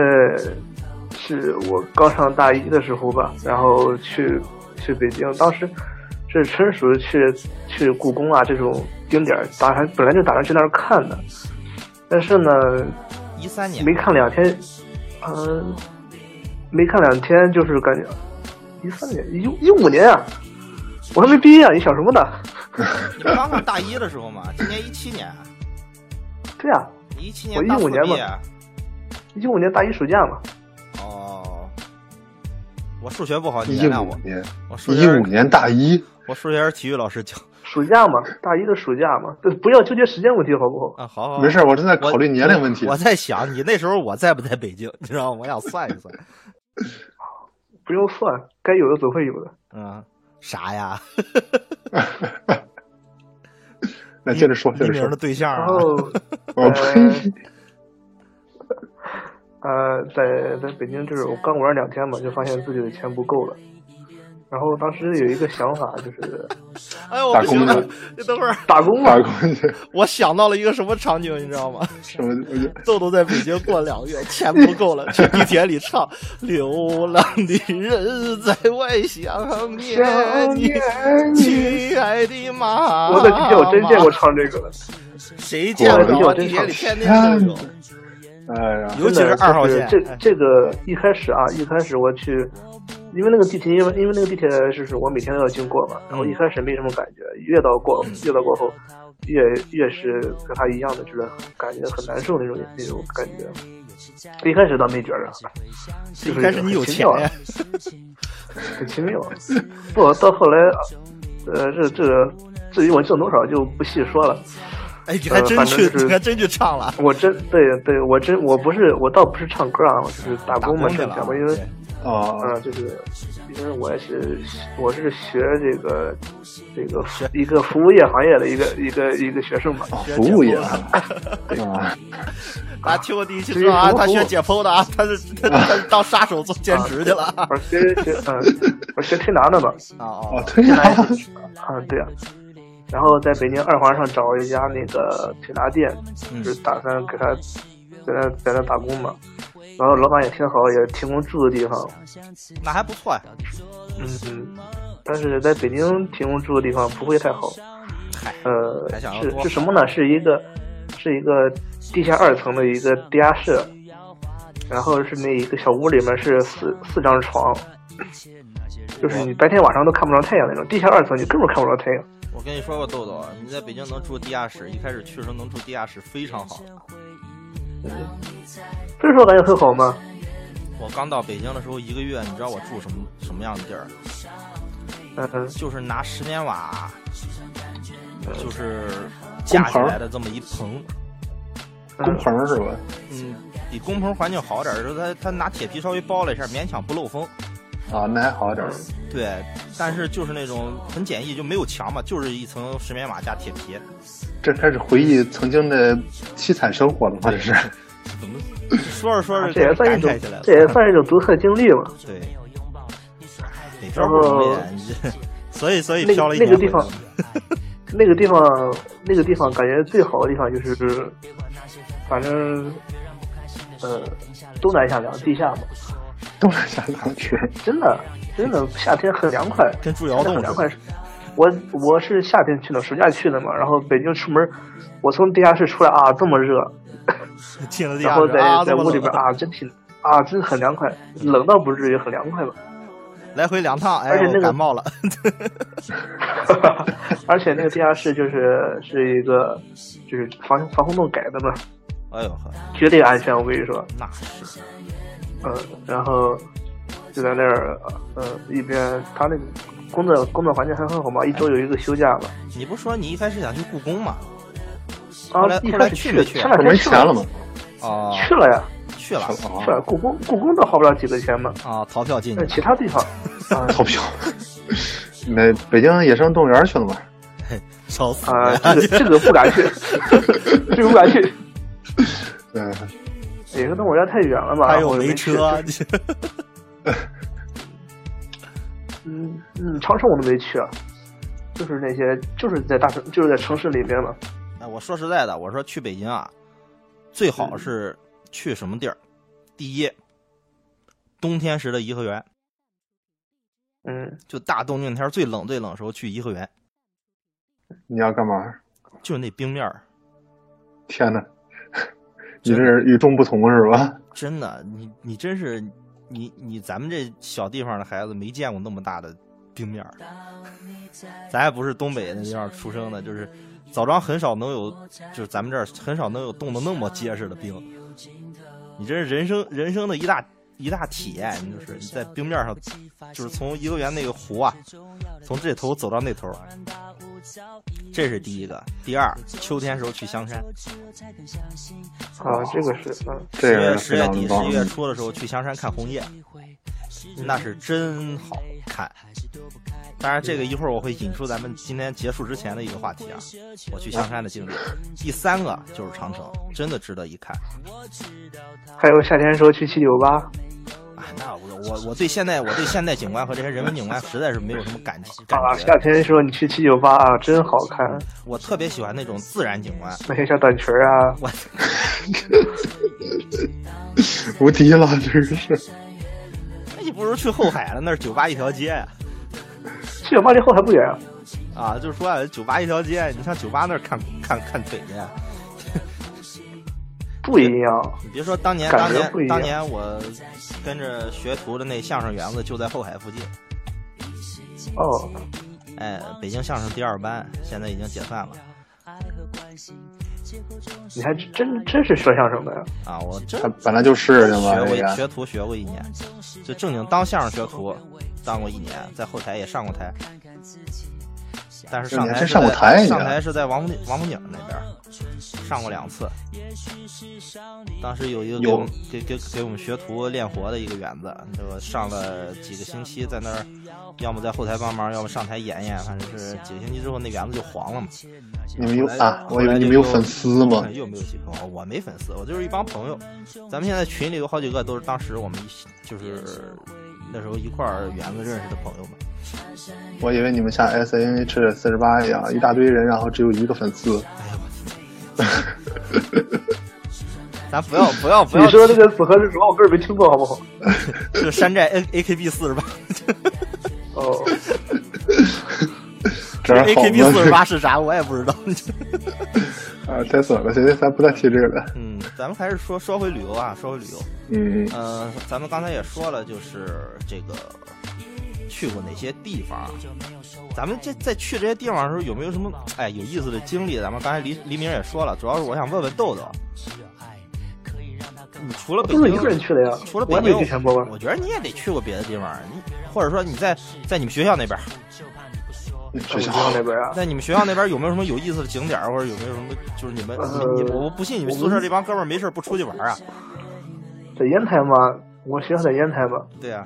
Speaker 4: 是我刚上大一的时候吧，然后去去北京，当时是纯属去去故宫啊这种景点儿，打算本来就打算去那儿看的，但是呢，
Speaker 2: 一三年
Speaker 4: 没看两天，嗯、没看两天就是感觉啊一三年一一五年啊，我还没毕业啊，你想什么呢？
Speaker 2: 你不刚上大一的时候嘛，今年一七年啊，
Speaker 4: 对呀、啊，
Speaker 2: 一七
Speaker 4: 我
Speaker 2: 年大
Speaker 4: 15
Speaker 2: 四
Speaker 4: 年
Speaker 2: 毕
Speaker 4: 嘛
Speaker 2: 业啊。
Speaker 4: 一五年大一暑假嘛，
Speaker 2: 哦，我数学不好，你
Speaker 3: 一
Speaker 2: 原谅
Speaker 3: 五
Speaker 2: 我。
Speaker 3: 年，
Speaker 2: 我数学
Speaker 3: 一
Speaker 2: 是
Speaker 3: 五年大一，
Speaker 2: 我数学是体育老师教
Speaker 4: 暑假嘛，大一的暑假嘛，对不要纠结时间问题好不好？
Speaker 2: 啊。好好好，
Speaker 3: 没事，我正在
Speaker 2: 我
Speaker 3: 考虑年龄问题
Speaker 2: 我。在想你那时候我在不在北京，你知道吗？我想算一算。
Speaker 4: 不用算，该有的总会有的。
Speaker 2: 嗯，啥呀？
Speaker 3: 那哎接着说，接
Speaker 2: 匿
Speaker 3: 着
Speaker 2: 名
Speaker 3: 说哦
Speaker 2: 的，对象
Speaker 4: 然
Speaker 2: 啊。
Speaker 4: 后，
Speaker 3: 我呸！
Speaker 4: 呃，在在北京就是我刚玩两天嘛，就发现自己的钱不够了。然后当时有一个想法，就是
Speaker 2: 哎呦，我
Speaker 3: 打
Speaker 2: 不
Speaker 3: 工
Speaker 2: 行了
Speaker 3: 的，
Speaker 2: 你等会 儿，
Speaker 4: 打工嘛
Speaker 3: 打，工去，
Speaker 2: 我想到了一个什么场景，你知道吗？
Speaker 3: 什么？ 我就
Speaker 2: 豆豆在北京过两个月，钱不够了，去地铁里唱《流浪的人在外想念你》，亲爱的妈妈。
Speaker 4: 我在地铁我真
Speaker 2: 啊
Speaker 4: 见过唱这个的。
Speaker 2: 谁见过？
Speaker 4: 我
Speaker 2: 地铁
Speaker 4: 真唱
Speaker 2: 里天天 都有，
Speaker 3: 哎呀，
Speaker 2: 尤其是二号线。
Speaker 4: 真的
Speaker 2: 哎
Speaker 4: 就是这这个一开始啊，一开始我去，因为那个地铁，因为因为那个地铁就是我每天都要经过嘛，然
Speaker 2: 嗯
Speaker 4: 后一开始没什么感觉，越到过越到过后，越越是和他一样的，就是感觉很难受那种那种感觉。一开始倒没觉着，就
Speaker 2: 一
Speaker 4: 是
Speaker 2: 开始你有
Speaker 4: 很奇
Speaker 2: 钱
Speaker 4: 妙啊，很奇妙。不，到后来，呃，这这个至于我挣多少就不细说了。
Speaker 2: 哎，你还真
Speaker 4: 呃反正
Speaker 2: 去，
Speaker 4: 就是
Speaker 2: 你还真去唱 了，
Speaker 4: 我真对对，我真我不是我倒不是唱歌啊，我就是打
Speaker 2: 打
Speaker 4: 工嘛
Speaker 2: 去
Speaker 4: 挣
Speaker 2: 了
Speaker 4: 钱
Speaker 2: 啊。
Speaker 4: 嘛，因为。
Speaker 3: 啊，
Speaker 4: 嗯，就是因为我也是我是学这个这个
Speaker 2: 学哦
Speaker 4: 一个服务业行业的一个一个一个学生嘛，
Speaker 3: 服务业
Speaker 2: 哎
Speaker 3: 啊，
Speaker 2: 啊，听我第一期
Speaker 4: 至于
Speaker 2: 说啊，
Speaker 4: 什么
Speaker 2: 他
Speaker 4: 服务
Speaker 2: 学解剖的啊，他 是他他是当杀手做兼职去了啊
Speaker 4: 我学学嗯，我学推拿的嘛，
Speaker 2: 哦
Speaker 3: 哦，对呀，
Speaker 4: 啊对啊，然后在北京二环上找一家那个推拿店，
Speaker 2: 嗯
Speaker 4: 就是打算给他在那在那打工嘛，然后老板也挺好，也提供住的地方，
Speaker 2: 那还不错呀。
Speaker 4: 嗯，但是在北京提供住的地方不会太好。
Speaker 2: 嗨，
Speaker 4: 呃
Speaker 2: 还想，要
Speaker 4: 是
Speaker 2: 多
Speaker 4: 是什么呢？是一个是一个地下二层的一个地下室，然后是那一个小屋里面是四四张床，就是你白天晚上都看不着太阳那种。地下二层你根本看不着太阳。
Speaker 2: 我跟你说过，豆豆，你在北京能住地下室，一开始去的时候能住地下室非常好。
Speaker 4: 所以说我感觉很好嘛。
Speaker 2: 我刚到北京的时候一个月，你知道我住什么什么样的地儿？
Speaker 4: 嗯，
Speaker 2: 就是拿石棉瓦，就是架起来的这么一棚，
Speaker 3: 工
Speaker 4: 嗯
Speaker 3: 棚是吧？
Speaker 2: 嗯，比工棚环境好点儿，就是它它拿铁皮稍微包了一下，勉强不漏风。
Speaker 3: 啊，那还好点儿。
Speaker 2: 对，但是就是那种很简易，就没有墙嘛，就是一层石棉瓦加铁皮。
Speaker 3: 这开始回忆曾经的凄惨生活了吗？这是
Speaker 2: 怎么说着说着
Speaker 4: 这也
Speaker 2: 就
Speaker 4: 算
Speaker 2: 感
Speaker 4: 一种
Speaker 2: 慨起来了？
Speaker 4: 这也算一种独特经历嘛。
Speaker 2: 对，哪招不容易啊？你这， 所以所以飘了一
Speaker 4: 那
Speaker 2: 年
Speaker 4: 个
Speaker 2: 回来
Speaker 4: 那个地 那个地方，那个地方感觉最好的地方就是，反正，呃，东南亚凉地下嘛，
Speaker 3: 东南亚哪吃？
Speaker 4: 真的真的夏天很凉快，
Speaker 2: 跟住窑洞
Speaker 4: 很凉
Speaker 2: 似
Speaker 4: 快
Speaker 2: 的。。
Speaker 4: 我我是夏天去的，暑假去的嘛。然后北京出门，我从地下室出来啊，这么热，
Speaker 2: 进了地
Speaker 4: 然
Speaker 2: 下
Speaker 4: 后
Speaker 2: 室
Speaker 4: 在、
Speaker 2: 啊，
Speaker 4: 在
Speaker 2: 这么
Speaker 4: 屋里边
Speaker 2: 冷
Speaker 4: 啊，真挺啊，真很凉快，冷倒不至于，很凉快吧。
Speaker 2: 来回两趟，哎，
Speaker 4: 而且那个
Speaker 2: 我感冒了。
Speaker 4: 而且那个地下室就是是一个就是防防空洞改的嘛，
Speaker 2: 哎呦呵，
Speaker 4: 绝对安全，我跟你说，
Speaker 2: 那是
Speaker 4: 嗯，然后就在那儿，呃，一边他那个工作工作环境还很好嘛，一周有一个休假嘛，
Speaker 2: 你不说你一开始想去故宫吗？后
Speaker 4: 啊
Speaker 2: 来，
Speaker 4: 一
Speaker 2: 后来
Speaker 4: 开始
Speaker 2: 去
Speaker 4: 去
Speaker 2: 没去
Speaker 4: 前两
Speaker 3: 我没
Speaker 4: 天去
Speaker 3: 钱了吗？
Speaker 2: 哦，
Speaker 4: 去了呀，
Speaker 2: 去了
Speaker 4: 去了，
Speaker 3: 啊，
Speaker 4: 故宫故宫倒花不了几个钱嘛，
Speaker 2: 啊，逃票
Speaker 3: 嗯
Speaker 2: 进去
Speaker 4: 但
Speaker 2: 了。
Speaker 4: 其他地方，啊
Speaker 3: 逃票。 那北京野生动物园去了吗？
Speaker 2: 笑死
Speaker 4: 啊，这个这个不敢去， 这个不敢去，
Speaker 3: 嗯，
Speaker 4: 哪个动物园太远了嘛，
Speaker 2: 还有
Speaker 4: 我就没
Speaker 2: 雷
Speaker 4: 去
Speaker 2: 车，
Speaker 4: 嗯嗯，长城我都没去，啊，就是那些就是在大城就是在城市里面嘛，
Speaker 2: 哎，我说实在的，我说去北京啊，最好是去什么地儿？第一，冬天时的颐和园，
Speaker 4: 嗯，
Speaker 2: 就大冬天天儿最冷最冷的时候去颐和园，
Speaker 3: 你要干嘛？
Speaker 2: 就是那冰面儿，
Speaker 3: 天哪，你这是与众不同是吧？
Speaker 2: 真的，你你真是你你咱们这小地方的孩子没见过那么大的冰面儿，咱也不是东北那地方出生的，就是枣庄很少能有，就是咱们这儿很少能有冻得那么结实的冰。你这是人生人生的一大一大体验，就是你在冰面上，就是从颐和园那个湖啊，从这头走到那头，啊这是第一个。第二，秋天时候去香山，
Speaker 4: 啊，这个是，嗯
Speaker 3: 这
Speaker 2: 十月十
Speaker 3: 个非
Speaker 2: 月
Speaker 3: 常
Speaker 2: 底、
Speaker 3: 棒
Speaker 2: 十一。月初的时候去香山看红叶，那是真好看。当然，这个一会儿我会引出咱们今天结束之前的一个话题啊，我去香山的经历。第三个就是长城，真的值得一看
Speaker 4: 还有夏天时候去七九八，
Speaker 2: 啊！那我我我对现代我对现代景观和这些人文景观实在是没有什么感感
Speaker 4: 啊，
Speaker 2: 觉
Speaker 4: 夏，天的时候你去七九八啊，真好看，
Speaker 2: 我特别喜欢那种自然景观。
Speaker 4: 那些小短裙儿啊，
Speaker 2: 我
Speaker 3: 无敌了，这是。
Speaker 2: 那你不如去后海了，那是酒吧一条街呀
Speaker 4: 七九八离后海不远啊，
Speaker 2: 啊！就是说啊酒吧一条街，你上酒吧那儿看看看腿去。
Speaker 4: 不一样，
Speaker 2: 你别说当年，当
Speaker 4: 感觉
Speaker 2: 年
Speaker 4: 不，一样
Speaker 2: 当年我跟着学徒的那相声园子就在后海附近。
Speaker 4: 哦，
Speaker 2: 哎，北京相声第二班现在已经解散了
Speaker 4: 你还真真是说相声的呀，
Speaker 2: 啊！我真
Speaker 3: 他本来就是哎的嘛，
Speaker 2: 学
Speaker 3: 这
Speaker 2: 过
Speaker 3: 个
Speaker 2: 学徒学过一年，就正经当相声学徒当过一年，在后台也上过台，但是上
Speaker 3: 你
Speaker 2: 台
Speaker 3: 还真
Speaker 2: 是
Speaker 3: 上过
Speaker 2: 在
Speaker 3: 台你
Speaker 2: 上
Speaker 3: 啊
Speaker 2: 台是在王府井王府井那边上过两次。当时有一个给
Speaker 3: 有
Speaker 2: 我们给给给我们学徒练活的一个园子，就上了几个星期，在那儿要么在后台帮忙，要么上台演演，反正是几个星期之后那园子就黄了嘛。
Speaker 3: 你们有
Speaker 2: 后来
Speaker 3: 啊？
Speaker 2: 后
Speaker 3: 我以
Speaker 2: 来
Speaker 3: 为你
Speaker 2: 就
Speaker 3: 们有粉丝吗？
Speaker 2: 又没有几朋友，我没粉丝，我就是一帮朋友。咱们现在群里有好几个都是当时我们一起就是那时候一块儿园子认识的朋友们。
Speaker 3: 我以为你们像 S N H 四十八一样，一大堆人，然后只有一个粉丝。
Speaker 2: 哎呦我天！咱不要不要不
Speaker 4: 你
Speaker 2: 要，
Speaker 4: 说这个组合是什么？我根本没听过，好不好？
Speaker 2: 就山寨 A A K B 四十八
Speaker 4: 哦，
Speaker 3: 这 样
Speaker 2: ，A
Speaker 3: 哎好
Speaker 2: K B 四十
Speaker 3: 吗？
Speaker 2: 八是啥我也不知道。
Speaker 3: 啊，太损了，行行，咱不再提这个了。
Speaker 2: 嗯，咱们还是说说回旅游啊，说回旅游。
Speaker 3: 嗯，
Speaker 2: 呃，咱们刚才也说了，就是这个去过哪些地方啊？咱们这在去这些地方的时候，有没有什么哎有意思的经历？咱们刚才黎黎明也说了，主要是我想问问豆豆，你除了北
Speaker 4: 都是嗯一个人
Speaker 2: 京，
Speaker 4: 去的呀，
Speaker 2: 除了
Speaker 4: 我
Speaker 2: 北
Speaker 4: 还没去
Speaker 2: 京
Speaker 4: 全国玩，
Speaker 2: 我觉得你也得去过别的地方，啊你或者说你在在你们学校那边，
Speaker 3: 学校
Speaker 4: 那边啊，
Speaker 2: 在你们学校那边有没有什么有意思的景点儿，或者有没有什么就是你们
Speaker 4: 呃
Speaker 2: 你你我不信你们宿舍这帮哥们儿没事儿不出去玩儿啊？
Speaker 4: 在烟台嘛，我学校在烟台嘛，
Speaker 2: 对啊，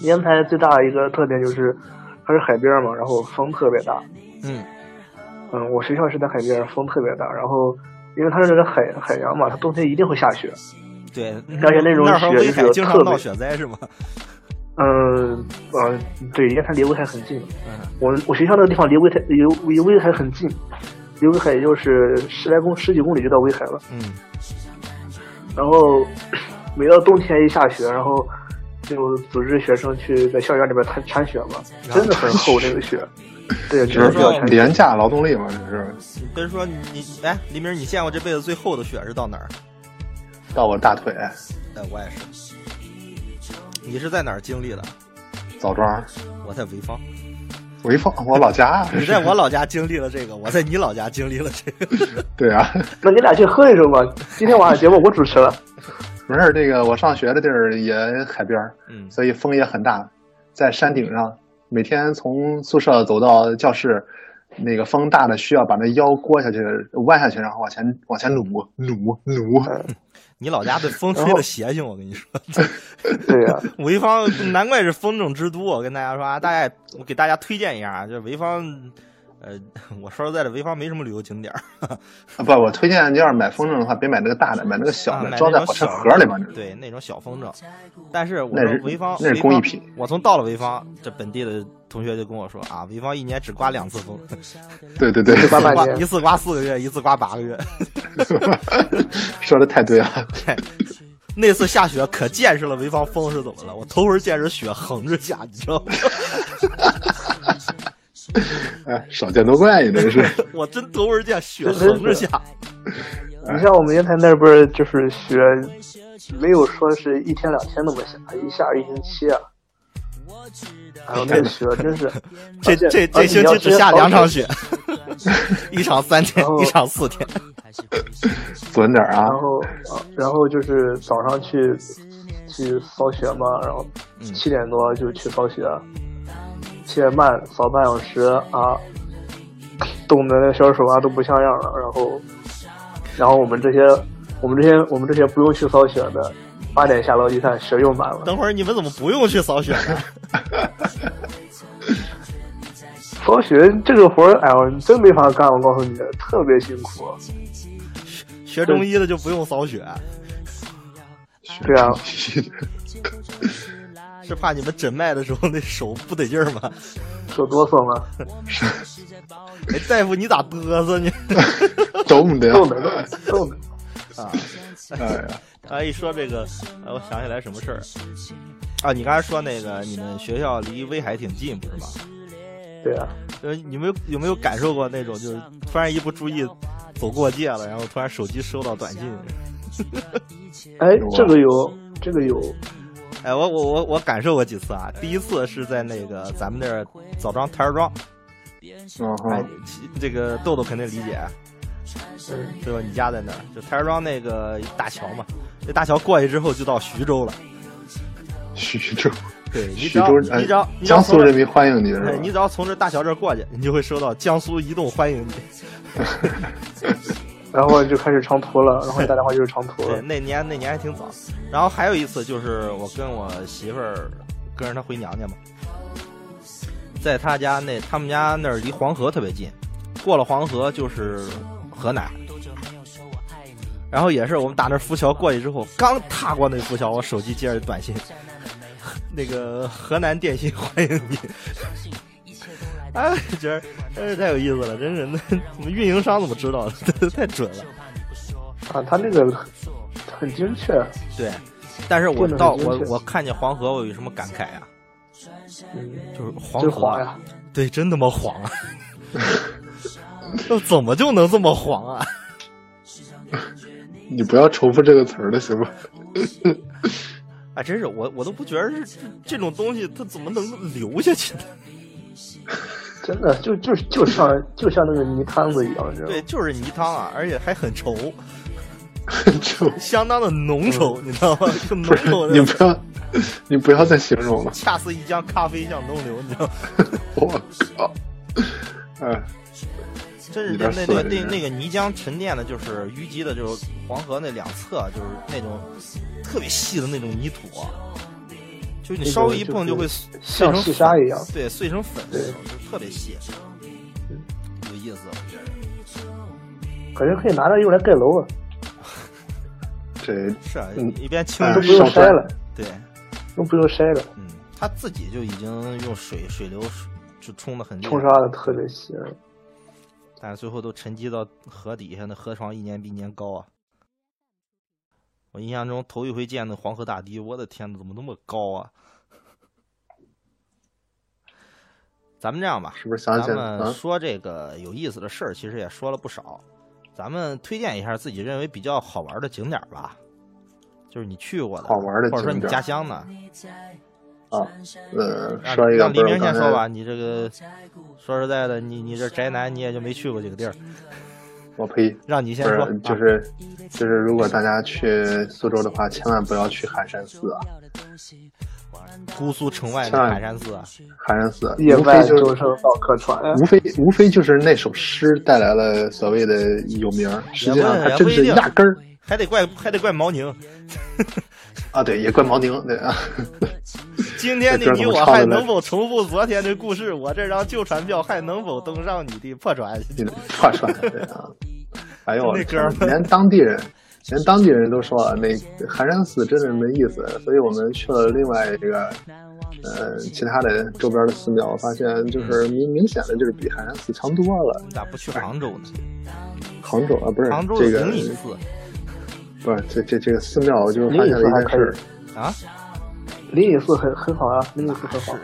Speaker 4: 烟台最大的一个特点就是它是海边嘛，然后风特别大。
Speaker 2: 嗯
Speaker 4: 嗯，我学校是在海边，风特别大。然后因为它是那个海海洋嘛，它冬天一定会下雪。
Speaker 2: 对，
Speaker 4: 而且那种
Speaker 2: 那儿和
Speaker 4: 雪
Speaker 2: 威
Speaker 4: 就
Speaker 2: 海
Speaker 4: 是
Speaker 2: 经常
Speaker 4: 特
Speaker 2: 闹
Speaker 4: 别
Speaker 2: 雪灾是吗？
Speaker 4: 嗯嗯，对，烟台离威海很近。
Speaker 2: 嗯。
Speaker 4: 我我学校那个地方离威海离离威海很近，离威海也就是十来公十几公里就到威海了。
Speaker 2: 嗯，
Speaker 4: 然后每到冬天一下雪，然后就组织学生去在校园里面铲铲雪嘛，真的很厚那个啊雪。对，
Speaker 3: 这
Speaker 4: 就是是要
Speaker 3: 叫
Speaker 4: 铲雪。
Speaker 3: 廉价劳动力嘛？这是
Speaker 2: 你别说你你哎，黎明，你见过这辈子最厚的雪是到哪儿？
Speaker 3: 到我大腿，
Speaker 2: 哎，我也是。你是在哪儿经历的？
Speaker 3: 枣庄、
Speaker 2: 我在潍坊，
Speaker 3: 潍坊，我老家。
Speaker 2: 你在我老家经历了这个，我在你老家经历了这个。
Speaker 3: 对啊，
Speaker 4: 那你俩去喝一手吧。今天晚上节目我主持了，
Speaker 3: 不是这个，我上学的地儿也海边儿，
Speaker 2: 嗯
Speaker 3: 所以风也很大，在山顶上，每天从宿舍走到教室，那个风大的需要把那腰锅下去，弯下去，然后往前往前努努努。
Speaker 2: 你老家被风吹的邪性，我跟你说，
Speaker 4: 对呀、
Speaker 2: 潍坊难怪是风筝之都。我跟大家说啊，大家我给大家推荐一下啊，就是潍坊，呃， 我说实在的，潍坊没什么旅游景点儿，
Speaker 3: 啊，不，我推荐，要是买风筝的话，别买那个大的，买那个小
Speaker 2: 啊买
Speaker 3: 的，
Speaker 2: 那
Speaker 3: 装在
Speaker 2: 种
Speaker 3: 火车
Speaker 2: 小
Speaker 3: 盒里边儿那种。
Speaker 2: 对，那种小风筝。但是我
Speaker 3: 那
Speaker 2: 说
Speaker 3: 是
Speaker 2: 潍坊，
Speaker 3: 那是
Speaker 2: 潍
Speaker 3: 工艺
Speaker 2: 坊
Speaker 3: 品。
Speaker 2: 我从到了潍坊，这本地的同学就跟我说啊，潍坊一年只刮两次 风，
Speaker 3: 对对对，
Speaker 4: 八八
Speaker 2: 刮
Speaker 4: 年
Speaker 2: 一次刮四个月，一次刮八个月。
Speaker 3: 说的太对了。
Speaker 2: 那次下雪可见识了潍坊风是怎么了，我头回见识雪横着下，你知道吗？
Speaker 3: 哎，少见多怪，你这 个是。
Speaker 2: 我真头回见雪横着下。
Speaker 4: 你像我们烟台那边儿就是雪，没有说是一天两天那么下，一下一星期啊。然后那雪真是，
Speaker 2: 这
Speaker 4: 而且
Speaker 2: 这这
Speaker 4: 而且
Speaker 2: 星
Speaker 4: 你要
Speaker 2: 期只下
Speaker 4: 直接
Speaker 2: 两场
Speaker 4: 跑
Speaker 2: 雪， 一场三天
Speaker 4: 然，后
Speaker 3: 哦
Speaker 2: 一场四天。
Speaker 3: 准点儿啊
Speaker 4: 然！后，啊然后就是早上去去扫雪嘛，然后七点多就去扫雪，七点半扫半小时啊，冻得那小手啊都不像样了。然后，然后我们这些我们这些我们这些不用去扫雪的，八点下楼一看雪又满了，
Speaker 2: 等会儿你们怎么不用去扫雪 呢？
Speaker 4: 扫雪这个活儿，哎呦，真没法干，我告诉你，特别辛苦。
Speaker 2: 学中医的就不用扫雪，
Speaker 4: 对啊，
Speaker 2: 是怕你们诊脉的时候那手不得劲儿吗？
Speaker 4: 手哆嗦嘛，
Speaker 2: 哎，大夫你咋嘚瑟呢？
Speaker 3: 懂的。
Speaker 4: 冻得 冻得。
Speaker 2: 啊，
Speaker 3: 哎呀，
Speaker 2: 啊，一说这个，哎，我想起来什么事儿啊？你刚才说那个你们学校离威海挺近，不是吗？
Speaker 4: 对啊，
Speaker 2: 呃，你们有有没有感受过那种，就是突然一不注意走过界了，然后突然手机收到短信？
Speaker 4: 哎
Speaker 3: 有啊，
Speaker 4: 这个有，这个有。
Speaker 2: 哎，我我我我感受过几次啊。第一次是在那个咱们那儿枣庄台儿庄，
Speaker 3: 嗯
Speaker 2: 哎
Speaker 3: 哼，，
Speaker 2: 其这个豆豆肯定理解，啊
Speaker 4: 嗯
Speaker 2: 对吧？你家在那儿，就台儿庄那个大桥嘛，这大桥过去之后就到徐州了。
Speaker 3: 徐州，
Speaker 2: 对，你只
Speaker 3: 徐
Speaker 2: 要
Speaker 3: 州，
Speaker 2: 你
Speaker 3: 哎
Speaker 2: 只要你只要
Speaker 3: 江苏
Speaker 2: 从这
Speaker 3: 人民欢迎你是吧
Speaker 2: 哎，？你只要从这大桥这儿过去，你就会收到江苏移动欢迎你。
Speaker 3: 嗯
Speaker 4: 然后就开始长途了，然后打电话就是长途
Speaker 2: 对，
Speaker 4: 了。
Speaker 2: 那年那年还挺早。然后还有一次就是我跟我媳妇儿跟着她回娘家嘛，在她家那他们家那儿离黄河特别近，过了黄河就是河南。然后也是我们打那浮桥过去之后，刚踏过那浮桥，我手机接着短信， 那个河南电信欢迎你。 哎，我觉得真是太有意思了，真是那我们运营商怎么知道的？ 太准了。
Speaker 4: 啊，他那个很精确，
Speaker 2: 对，但是我
Speaker 4: 这种
Speaker 2: 到
Speaker 4: 很精
Speaker 2: 我
Speaker 4: 确
Speaker 2: 我看见黄河，我有什么感慨啊？
Speaker 4: 嗯，
Speaker 2: 就是黄
Speaker 4: 真
Speaker 2: 河
Speaker 4: 晃
Speaker 2: 啊，
Speaker 4: 呀！
Speaker 2: 对，真他妈黄啊！ 那怎么就能这么黄啊？
Speaker 3: 你不要重复这个词儿了，行吗？
Speaker 2: 啊，真是我我都不觉得是这这种东西，它怎么能流下去呢？
Speaker 4: 真的就就就像就像那个泥滩子一样，知道
Speaker 2: 对，
Speaker 4: 吗？
Speaker 2: 就是泥汤啊，而且还很稠，
Speaker 3: 就
Speaker 2: 相当的
Speaker 4: 嗯
Speaker 2: 浓稠，你知道吗？就浓
Speaker 3: 不是
Speaker 2: 稠
Speaker 3: 你
Speaker 2: 的，
Speaker 3: 不要，你不要再形容了，
Speaker 2: 恰似一江咖啡向东流，你知道吗？
Speaker 3: 我 靠！哎，
Speaker 2: 真是
Speaker 3: 有
Speaker 2: 那
Speaker 3: 点
Speaker 2: 那
Speaker 3: 涩
Speaker 2: 那
Speaker 3: 这
Speaker 2: 那
Speaker 3: 人
Speaker 2: 那个泥浆沉淀的，就是淤积的，就是黄河那两侧，啊就是那种特别细的那种泥土，啊就你
Speaker 4: 那
Speaker 2: 稍
Speaker 4: 种
Speaker 2: 微一
Speaker 4: 就
Speaker 2: 碰就是会碎碎
Speaker 4: 像
Speaker 2: 成
Speaker 4: 细
Speaker 2: 粉
Speaker 4: 沙一样。
Speaker 2: 对，碎成粉那
Speaker 4: 对嗯
Speaker 2: 种，就是特别细，有意思。我觉得
Speaker 4: 感觉可以拿着用来盖楼啊，
Speaker 3: 这
Speaker 2: 是啊，
Speaker 3: 嗯
Speaker 2: 一边清
Speaker 3: 哎
Speaker 4: 都
Speaker 2: 蒸
Speaker 4: 不用
Speaker 3: 上分
Speaker 4: 筛了，
Speaker 2: 对，
Speaker 4: 都不用筛了，
Speaker 2: 嗯，他自己就已经用水水流就冲的很厉害
Speaker 4: 冲，刷的特别细。
Speaker 2: 但是最后都沉积到河底下，那河床一年比一年高啊。我印象中头一回见那黄河大堤，我的天呐，怎么那么高啊？咱们这样吧，
Speaker 3: 是不是想起
Speaker 2: 咱
Speaker 3: 来了
Speaker 2: 们
Speaker 3: 啊？
Speaker 2: 说这个有意思的事儿，其实也说了不少。咱们推荐一下自己认为比较好玩的景点儿吧，就是你去过的，
Speaker 3: 好玩的
Speaker 2: 或者说
Speaker 3: 景
Speaker 2: 你
Speaker 3: 点儿
Speaker 2: 家乡的。
Speaker 3: 啊，呃，
Speaker 2: 让
Speaker 3: 说一
Speaker 2: 嗯
Speaker 3: 个
Speaker 2: 让
Speaker 3: 不
Speaker 2: 黎明
Speaker 3: 是我刚
Speaker 2: 先说
Speaker 3: 才
Speaker 2: 吧，你这个说实在的，你你这宅男你也就没去过几个地儿，
Speaker 3: 我呸，
Speaker 2: 让你先
Speaker 3: 不
Speaker 2: 说
Speaker 3: 是，，就
Speaker 2: 啊
Speaker 3: 是就是，如果大家去苏州的话，千万不要去寒山寺啊！
Speaker 2: 姑苏城外的
Speaker 3: 上海
Speaker 2: 海山寺啊，
Speaker 3: 寒山寺
Speaker 4: 野
Speaker 3: 无
Speaker 4: 外
Speaker 3: 非
Speaker 4: 舟
Speaker 3: 就
Speaker 4: 声到客船呀。
Speaker 3: 无非无非就是那首诗带来了所谓的有名儿，实际上还真是压根儿
Speaker 2: 还得怪还得怪毛宁。
Speaker 3: 啊，对，也怪毛宁对啊，
Speaker 2: 今天的
Speaker 3: 这歌
Speaker 2: 你
Speaker 3: 怎么
Speaker 2: 我
Speaker 3: 唱的
Speaker 2: 还
Speaker 3: 呢
Speaker 2: 能否重复昨天的故事？我这张旧船票还能否登上你的破船？
Speaker 3: 你 的串串对 啊，哎呦，
Speaker 2: 那哥们儿
Speaker 3: 连当地人。连当地人都说啊，那寒山寺真是没意思，所以我们去了另外一个，呃，其他的周边的寺庙，发现就是明明显的就是比寒山寺强多了。
Speaker 2: 你咋不去杭州呢？
Speaker 3: 杭州啊，不是
Speaker 2: 杭州
Speaker 3: 这
Speaker 2: 有
Speaker 3: 个
Speaker 2: 灵隐寺
Speaker 3: 不是这这这个寺庙，我就是发现了
Speaker 4: 灵隐寺
Speaker 3: 一
Speaker 4: 还
Speaker 3: 件
Speaker 4: 可
Speaker 3: 事
Speaker 4: 以
Speaker 3: 儿。
Speaker 2: 啊，
Speaker 4: 灵隐寺很很好啊，灵隐寺很好。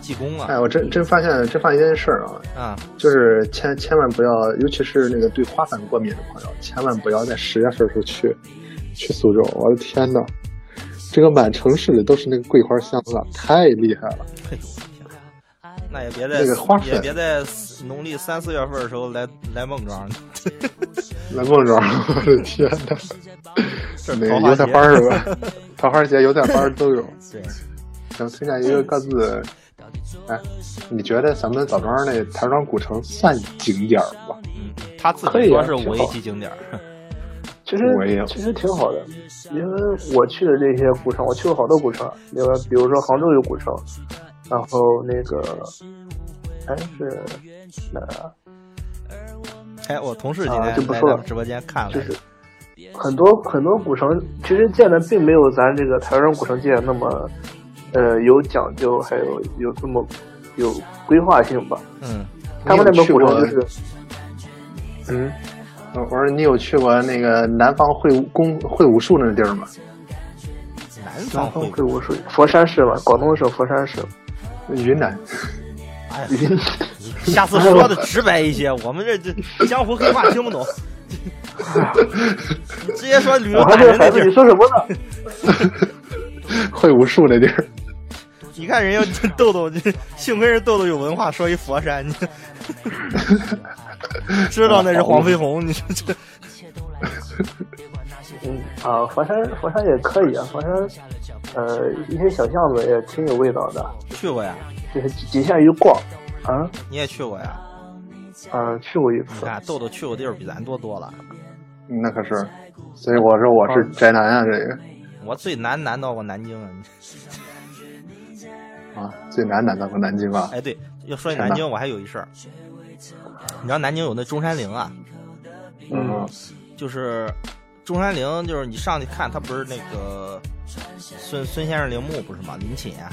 Speaker 2: 济公啊
Speaker 3: 哎，我真真发现真发现一件事儿啊，
Speaker 2: 啊！
Speaker 3: 就是千千万不要，尤其是那个对花粉过敏的朋友，千万不要在十月份时候去去苏州。我的天呐，这个满城市里都是那个桂花香了，太厉害了！
Speaker 2: 嘿呦我的天那也别在
Speaker 3: 那个花粉
Speaker 2: 也别在农历三四月份的时候来来孟庄，
Speaker 3: 来孟庄，我的天呐，
Speaker 2: 这
Speaker 3: 那
Speaker 2: 是桃
Speaker 3: 个油菜
Speaker 2: 花节。
Speaker 3: 花儿吧， 桃花节、油菜花儿都有。
Speaker 2: 对，
Speaker 3: 想推荐一个各自，哎，你觉得咱们枣庄那台庄古城算景点儿吗？
Speaker 2: 嗯，他自
Speaker 4: 可
Speaker 2: 己
Speaker 4: 以
Speaker 2: 说
Speaker 4: 啊
Speaker 2: 是
Speaker 4: 挺
Speaker 2: 五 A
Speaker 4: 好
Speaker 2: 级景点儿，
Speaker 4: 其
Speaker 3: 我也有
Speaker 4: 实其实挺好的，因为我去的这些古城，我去过好多古城，那个比如说杭州有古城，然后那个还是哪儿啊？
Speaker 2: 哎，我同事今
Speaker 4: 啊就
Speaker 2: 天
Speaker 4: 不
Speaker 2: 来
Speaker 4: 说
Speaker 2: 咱
Speaker 4: 了
Speaker 2: 们直播间看了
Speaker 4: 就，是很多很多古城其实建的并没有咱这个台湾古城建得那么呃有讲究，还有有这么有规划性吧。
Speaker 2: 嗯，
Speaker 4: 他们那
Speaker 3: 你有
Speaker 4: 边
Speaker 3: 去
Speaker 4: 古城就
Speaker 3: 过
Speaker 4: 是
Speaker 3: 嗯，我我说你有去过那个南方会武功会武术那地儿吗？
Speaker 2: 南
Speaker 4: 南
Speaker 2: 方
Speaker 4: 方
Speaker 2: 会
Speaker 4: 会武术，佛山市嘛，广东省佛山市。
Speaker 3: 云南，
Speaker 2: 哎 呀，下次说的直白一些，我们这这江湖黑话听不懂。 直接说旅游
Speaker 4: 我还
Speaker 2: 打
Speaker 4: 是
Speaker 2: 人那
Speaker 4: 孩
Speaker 2: 地
Speaker 4: 子，
Speaker 2: 儿
Speaker 4: 你，说什么呢？
Speaker 3: 会武术那地儿，
Speaker 2: 你看人家 豆豆，这幸亏是豆豆有文化，说一佛山，你 知道那是黄飞鸿，你说这
Speaker 4: 嗯啊，佛山佛山也可以啊，佛山呃一些小巷子也挺有味道的，
Speaker 2: 去过呀？
Speaker 4: 就是仅限于逛。啊
Speaker 2: 你也去过呀？
Speaker 4: 啊，去过一
Speaker 2: 你
Speaker 4: 次，
Speaker 2: 看豆豆去过地儿比咱多多了，
Speaker 3: 嗯那可是。所以我说我是宅男啊，这个
Speaker 2: 我最难难到过南京啊！你
Speaker 3: 啊最难难到过南京啊吧？
Speaker 2: 哎，对，要说起
Speaker 3: 天
Speaker 2: 南
Speaker 3: 哪
Speaker 2: 京，我还有一事儿，你知道南京有那中山陵啊？
Speaker 3: 嗯，
Speaker 2: 就是中山陵，就是你上去看，它不是那个孙孙先生陵墓不是吗？陵寝啊、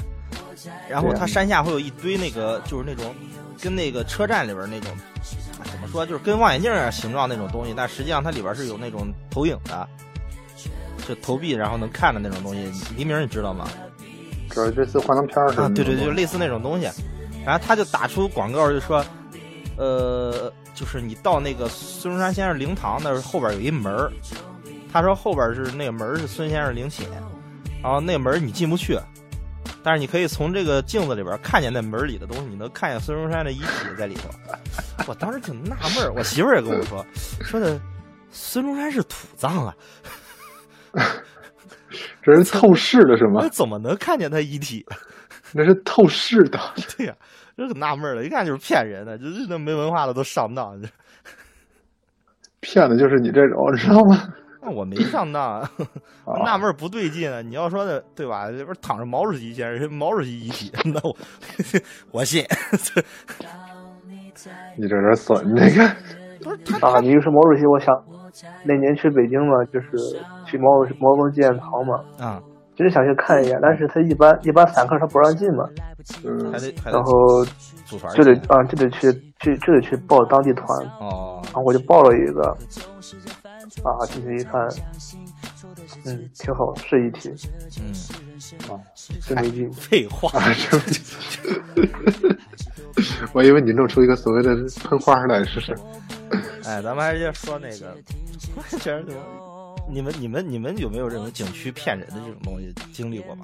Speaker 2: 然后
Speaker 3: 对啊
Speaker 2: 它山下会有一堆那个，就是那种跟那个车站里边那种，哎怎么说，就是跟望远镜儿啊形状那种东西，但实际上它里边是有那种投影的，就投币然后能看的那种东西。黎明，你知道吗？
Speaker 3: 主要这次幻灯片儿是
Speaker 2: 啊，
Speaker 3: 那
Speaker 2: 对
Speaker 3: 种
Speaker 2: 对，
Speaker 3: 东
Speaker 2: 就
Speaker 3: 西
Speaker 2: 类似那种东西。然后他就打出广告，就说，呃，就是你到那个孙中山先生灵堂那儿后边有一门儿，他说后边是那个门儿是孙先生陵寝，然后那门儿你进不去，但是你可以从这个镜子里边看见那门儿里的东西，你能看见孙中山的遗体在里头。 我当时挺纳闷儿，我媳妇儿也跟我说，说的孙中山是土葬啊，
Speaker 3: 这是透视的是吗
Speaker 2: 那？怎么能看见他遗体？
Speaker 3: 那是透视的，
Speaker 2: 对呀、这可纳闷儿了，一看就是骗人的，就是那没文化的都上当。这
Speaker 3: 骗的就是你这种，知道吗？
Speaker 2: 那我没上当， 啊，我纳闷儿不对劲啊！你要说的对吧？这不是躺着毛主席先生，是毛主席遗体，那我 我信。
Speaker 3: 你这人损，你这个
Speaker 2: 不是他
Speaker 4: 啊，你一说毛主席，我想那年去北京嘛，就是去毛主毛泽东纪念堂嘛，
Speaker 2: 啊，
Speaker 4: 就是想去看一眼，但是他一般一般散客他不让进嘛，
Speaker 3: 嗯
Speaker 2: 还，得还得
Speaker 4: 然后
Speaker 2: 组团儿
Speaker 4: 就得
Speaker 2: 去
Speaker 4: 啊就得去去就得去报当地团，然
Speaker 2: 哦，
Speaker 4: 后我就报了一个，啊进去一看，嗯挺好，是一体，
Speaker 2: 嗯，
Speaker 4: 真没劲，
Speaker 2: 废 话，
Speaker 3: 啊 我以为你弄出一个所谓的喷花儿来，是是，
Speaker 2: 哎，咱们还是接着说那个，确实你们你们你们有没有这种景区骗人的这种东西经历过吗？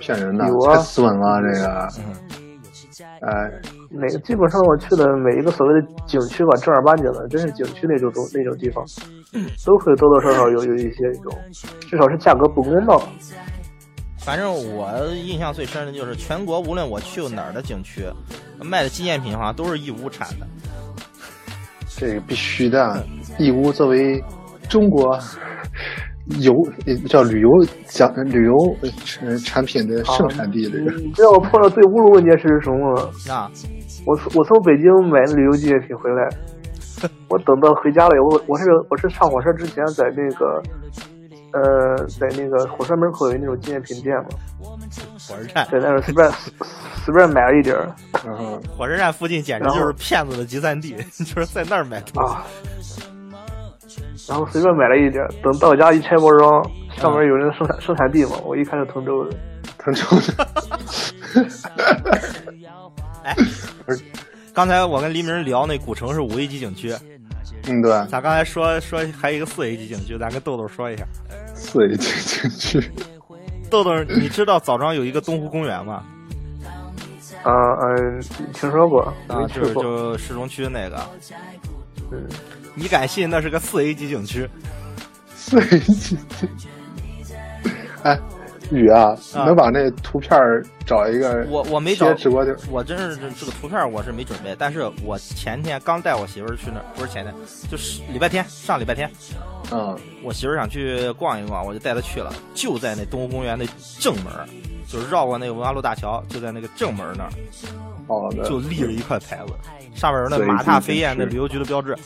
Speaker 3: 骗人的
Speaker 4: 有，啊
Speaker 3: 太斯文了这个。
Speaker 2: 嗯
Speaker 3: 哎，
Speaker 4: 每个基本上我去的每一个所谓的景区吧，正儿八经的，真是景区那种东那种地方，都会多多少少有有一些这种，至少是价格不公道。
Speaker 2: 反正我印象最深的就是全国，无论我去过哪儿的景区，卖的纪念品好像都是义乌产的。
Speaker 3: 这个必须的。义乌作为中国游呃叫旅游讲旅游呃产品的盛产
Speaker 2: 嗯
Speaker 3: 地，这个
Speaker 4: 你知道我碰到最侮辱我一件事是什么吗？
Speaker 2: 啊，
Speaker 4: 我从我从北京买的旅游纪念品回 来，我等到回家了以后，我是我是上火车之前在那个，呃，在那个火车门口有那种纪念品店嘛，
Speaker 2: 火车站，
Speaker 4: 在那儿随便随便买了一点儿
Speaker 2: 啊
Speaker 3: 然 后
Speaker 2: 火车站附近简直就是骗子的集散地，就是在那儿买东西。
Speaker 4: 啊，然后随便买了一点儿，等到我家一拆包装，上面有人生产生产地嘛，我一看是通州的，
Speaker 3: 腾冲的，
Speaker 2: 刚才我跟黎明聊那古城是五 A 级景区，
Speaker 3: 嗯，对，
Speaker 2: 咱刚才说说还有一个四 A 级景区，咱跟豆豆说一下。
Speaker 3: 四 A 景区，
Speaker 2: 豆豆，你知道枣庄有一个东湖公园吗？
Speaker 4: 啊嗯，听说过，
Speaker 2: 啊
Speaker 4: 没，去
Speaker 2: 就是
Speaker 4: 过，
Speaker 2: 就市中区那个，
Speaker 4: 嗯，
Speaker 2: 你敢信那是个四 A 级景区？
Speaker 3: 四 A 景区。哎，雨啊，
Speaker 2: 啊
Speaker 3: 能把那图片儿找一个
Speaker 2: 我我没找
Speaker 3: 贴，直播间？
Speaker 2: 我真是这这个图片我是没准备，但是我前天刚带我媳妇儿去那儿，不是前天，就是礼拜天，上礼拜天，
Speaker 3: 嗯，
Speaker 2: 我媳妇儿想去逛一逛，我就带她去了，就在那东湖公园的正门儿，就是绕过那个文化路大桥，就在那个正门儿那儿，
Speaker 3: 好的，
Speaker 2: 就立着一块牌子，上面有那马踏飞燕那旅游局的标志，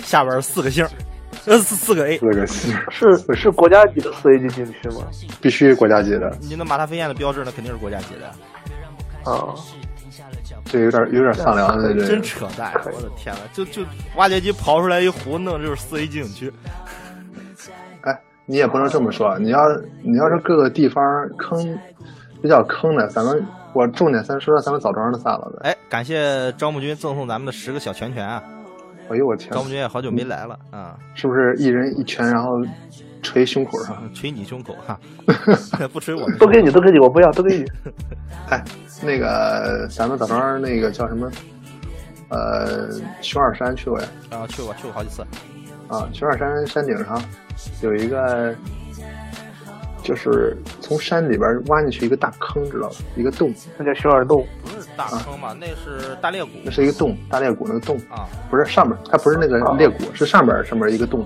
Speaker 2: 下边儿四个星儿，呃四四个 A，
Speaker 3: 四个星，
Speaker 4: 是是国家级的四 A 级景区吗？
Speaker 3: 必须国家级的，
Speaker 2: 你那马踏飞燕的标志那肯定是国家级的，
Speaker 4: 啊，
Speaker 3: 这有点有点丧良的这
Speaker 2: 真
Speaker 3: 个。
Speaker 2: 扯淡！啊我的天呐，就就挖掘机刨出来一湖，弄就是四 A 级景区。
Speaker 3: 哎，你也不能这么说，啊你要你要是各个地方坑比较坑的，咱们我重点先说说咱们枣庄的算了呗。
Speaker 2: 哎，感谢招募君赠送咱们的十个小拳拳啊！
Speaker 3: 哎呦我天
Speaker 2: 招，募君也好久没来了啊，
Speaker 3: 是不是一人一拳，然后捶胸口上？
Speaker 2: 嗯捶你胸口哈， 不捶我们
Speaker 4: 都给你，都给你，我不要，都给你。
Speaker 3: 哎，那个咱们枣庄那个叫什么？呃，熊二山去过呀？
Speaker 2: 啊！去过去过好几次，
Speaker 3: 啊，熊二山山顶上有一个，就是从山里边挖进去一个大坑，知道吧？一个洞，
Speaker 4: 那叫熊耳洞，
Speaker 2: 不是大
Speaker 3: 啊
Speaker 2: 坑嘛，那是大裂谷
Speaker 3: 那是一个洞，大裂谷那个洞，
Speaker 2: 啊！
Speaker 3: 不是上面，它不是那个裂谷，是上面上面一个洞，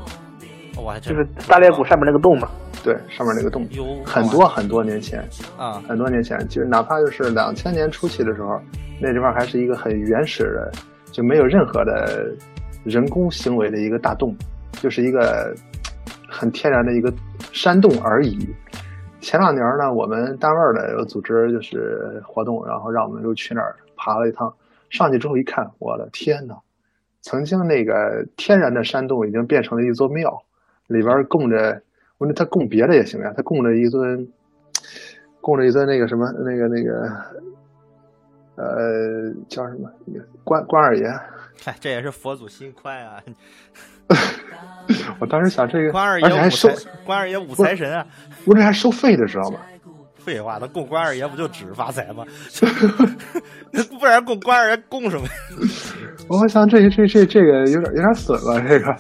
Speaker 2: 我还
Speaker 4: 就
Speaker 2: 真
Speaker 4: 是大裂谷上面那个洞嘛。
Speaker 3: 对，上面那个洞
Speaker 2: 有，
Speaker 3: 很多很多年前，
Speaker 2: 啊，
Speaker 3: 很多年前，就是哪怕就是两千年初期的时候，那地方还是一个很原始的，就没有任何的人工行为的一个大洞，就是一个很天然的一个山洞而已。前两年呢，我们单位的有组织就是活动，然后让我们又去那儿爬了一趟。上去之后一看，我的天呐，曾经那个天然的山洞已经变成了一座庙，里边供着，我说他供别的也行呀，他供着一尊，供着一尊那个什么那个那个，呃，叫什么关关二爷。
Speaker 2: 嗨，这也是佛祖心宽 啊！
Speaker 3: 我当时想这个，
Speaker 2: 关二
Speaker 3: 而且
Speaker 2: 爷
Speaker 3: 啊还
Speaker 2: 五
Speaker 3: 收
Speaker 2: 财，，关二爷五财神啊！
Speaker 3: 我这还收费的，知道吗？
Speaker 2: 废话，那供关二爷不就只是发财吗？不然供关二爷供什么？呀？
Speaker 3: 我想这这这这个有点有点损了，这个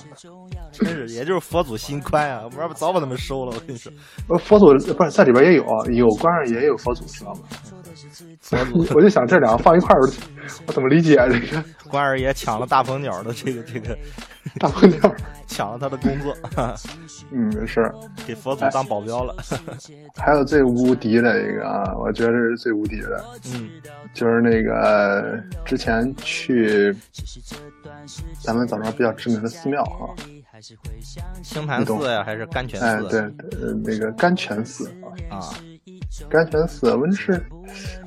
Speaker 2: 真是，也就是佛祖心宽啊，不然早把他们收了。我跟你说，
Speaker 3: 呃佛祖不是在里边也有有关二爷也有佛祖，知道吗？
Speaker 2: 佛祖
Speaker 3: 我就想这两个放一块儿，我怎么理解这个
Speaker 2: 关二爷抢了大鹏鸟的这个这个，
Speaker 3: 大笨鸟？
Speaker 2: 抢了他的工作，
Speaker 3: 嗯，是。
Speaker 2: 给佛祖当保镖了。
Speaker 3: 还有最无敌的一个啊，我觉得这是最无敌的，
Speaker 2: 嗯，
Speaker 3: 就是那个呃之前去咱们枣庄比较知名的寺庙啊，
Speaker 2: 清潭寺呀、还是甘泉
Speaker 3: 哎，对
Speaker 2: 寺、，
Speaker 3: 呃那个甘泉寺啊，
Speaker 2: 啊？
Speaker 3: 甘泉寺，我就是，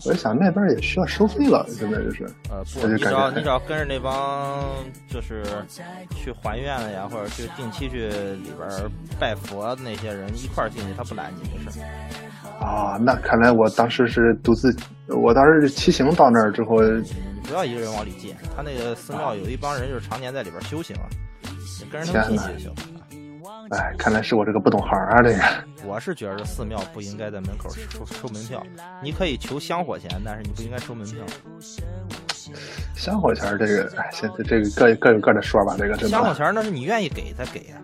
Speaker 3: 我就想那边也需要收费了，现在就是，
Speaker 2: 呃，不，
Speaker 3: 我就
Speaker 2: 你只
Speaker 3: 感
Speaker 2: 要
Speaker 3: 觉
Speaker 2: 你只要跟着那帮就是去还愿了呀，或者去定期去里边儿拜佛那些人一块儿进去，他不拦你这事。
Speaker 3: 啊，那看来我当时是独自，我当时是骑行到那儿之后，
Speaker 2: 你不要一个人往里进，他那个寺庙有一帮人就是常年在里边儿修行啊，你跟着他
Speaker 3: 天
Speaker 2: 们一
Speaker 3: 哪
Speaker 2: 起就行。
Speaker 3: 哎，看来是我这个不 懂行啊的人。
Speaker 2: 我是觉得寺庙不应该在门口收收门票，你可以求香火钱，但是你不应该收门票。
Speaker 3: 香火钱儿这个，哎，现在这个各各有各的说吧，这个真
Speaker 2: 香火
Speaker 3: 的。
Speaker 2: 钱儿那是你愿意给才给呀、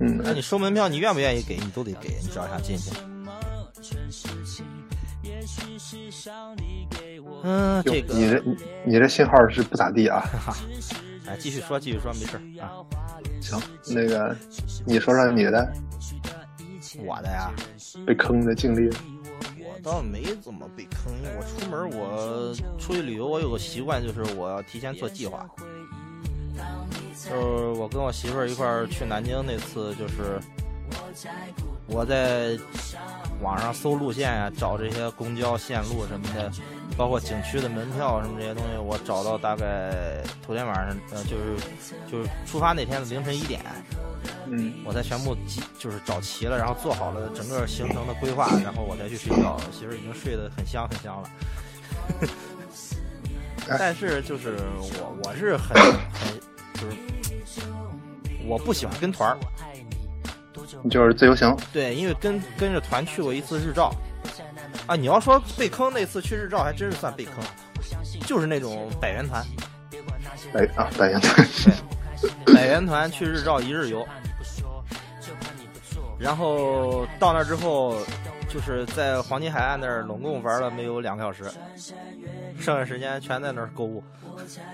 Speaker 3: 嗯，
Speaker 2: 那你收门票，你愿不愿意给，你都得给，你找啥进去？嗯，
Speaker 3: 哟
Speaker 2: 这个
Speaker 3: 你这你你这信号是不咋 地啊。
Speaker 2: 哎，继续说，继续说，没事儿啊。
Speaker 3: 行，那个你说说你的
Speaker 2: 我的呀，
Speaker 3: 被坑的经历。
Speaker 2: 我倒没怎么被坑，因为我出门儿我出去旅游，我有个习惯就是我要提前做计划。就是我跟我媳妇儿一块儿去南京那次，就是我在网上搜路线呀、找这些公交线路什么的，包括景区的门票什么这些东西，我找到大概头天晚上，呃，就是就是出发那天的凌晨一点，
Speaker 3: 嗯，
Speaker 2: 我才全部集就是找齐了，然后做好了整个行程的规划，然后我再去睡觉。其实已经睡得很香很香了，但是就是我我是很很就是我不喜欢跟团儿，
Speaker 3: 你就是自由行。
Speaker 2: 对，因为跟跟着团去过一次日照，啊，你要说被坑那次去日照还真是算被坑，就是那种百元团，
Speaker 3: 哎啊，白羊。
Speaker 2: 百元团去日照一日游，然后到那儿之后，就是在黄金海岸那儿拢共玩了没有两个小时，剩下时间全在那儿购物，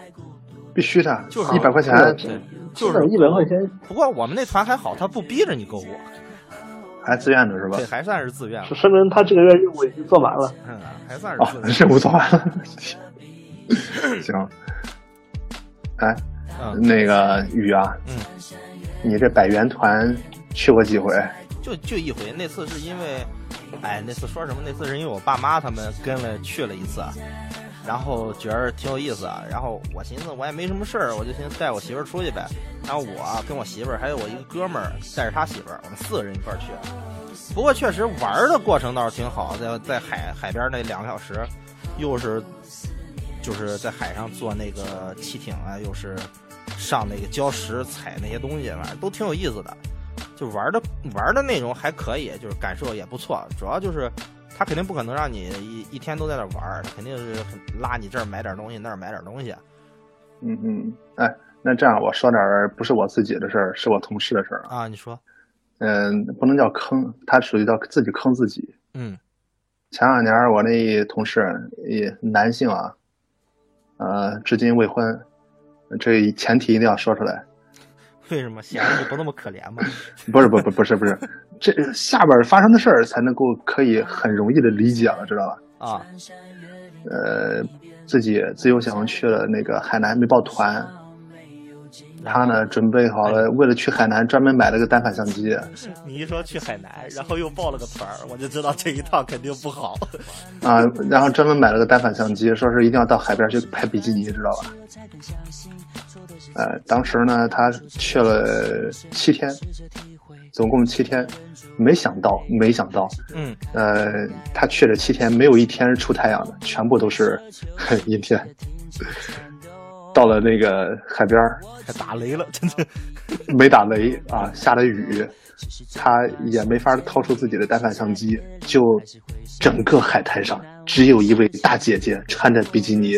Speaker 3: 必须的，
Speaker 2: 就是
Speaker 3: 一百块钱，
Speaker 2: 对，就是
Speaker 4: 一百块钱
Speaker 2: 不过我们那团还好，他不逼着你购物，
Speaker 3: 还自愿的是吧
Speaker 2: 对，？还算是自愿，
Speaker 4: 说明他这个月任务已经做完了。
Speaker 2: 嗯，还算是
Speaker 3: 哦
Speaker 2: 自，愿，
Speaker 3: 任务做 完了。行。哎，
Speaker 2: 嗯，
Speaker 3: 那个雨啊，
Speaker 2: 嗯，
Speaker 3: 你这百元团去过几回？
Speaker 2: 就就一回，那次是因为，哎，那次说什么？那次是因为我爸妈他们跟了去了一次，然后觉得挺有意思，啊然后我寻思我也没什么事儿，我就寻思带我媳妇儿出去呗。然后我啊跟我媳妇儿还有我一个哥们儿带着他媳妇儿，我们四个人一块儿去。不过确实玩儿的过程倒是挺好，在在海海边儿那两个小时，又是就是在海上坐那个汽艇啊，又是上那个礁石踩那些东西，啊反正都挺有意思的。就玩的玩的内容还可以，就是感受也不错。主要就是他肯定不可能让你一一天都在那玩儿，他肯定是很拉你这儿买点东西，那儿买点东西。啊
Speaker 3: 嗯嗯，哎，那这样我说点儿不是我自己的事儿，是我同事的事儿啊。
Speaker 2: 啊，你说，
Speaker 3: 嗯，不能叫坑，他属于叫自己坑自己。
Speaker 2: 嗯
Speaker 3: 前两年我那同事也男性啊，呃，至今未婚，这前提一定要说出来。
Speaker 2: 为什么显得你不那么可怜吗？
Speaker 3: 不是，不不不是不是，这下边发生的事儿才能够可以很容易的理解了，知道吧？
Speaker 2: 啊，
Speaker 3: 呃，自己自由行去了那个海南没报团，他呢准备好了，为了去海南专门买了个单反相机。
Speaker 2: 你一说去海南，然后又报了个团儿，我就知道这一趟肯定不好。
Speaker 3: 啊，然后专门买了个单反相机，说是一定要到海边去拍比基尼，知道吧？呃，当时呢，他去了七天，总共七天，没想到，没想到，
Speaker 2: 嗯，
Speaker 3: 呃，他去了七天，没有一天是出太阳的，全部都是 阴天。到了那个海边儿，
Speaker 2: 还打雷了，真的。
Speaker 3: 没打雷啊，下了雨，他也没法掏出自己的单反相机，就整个海滩上只有一位大姐姐穿着比基尼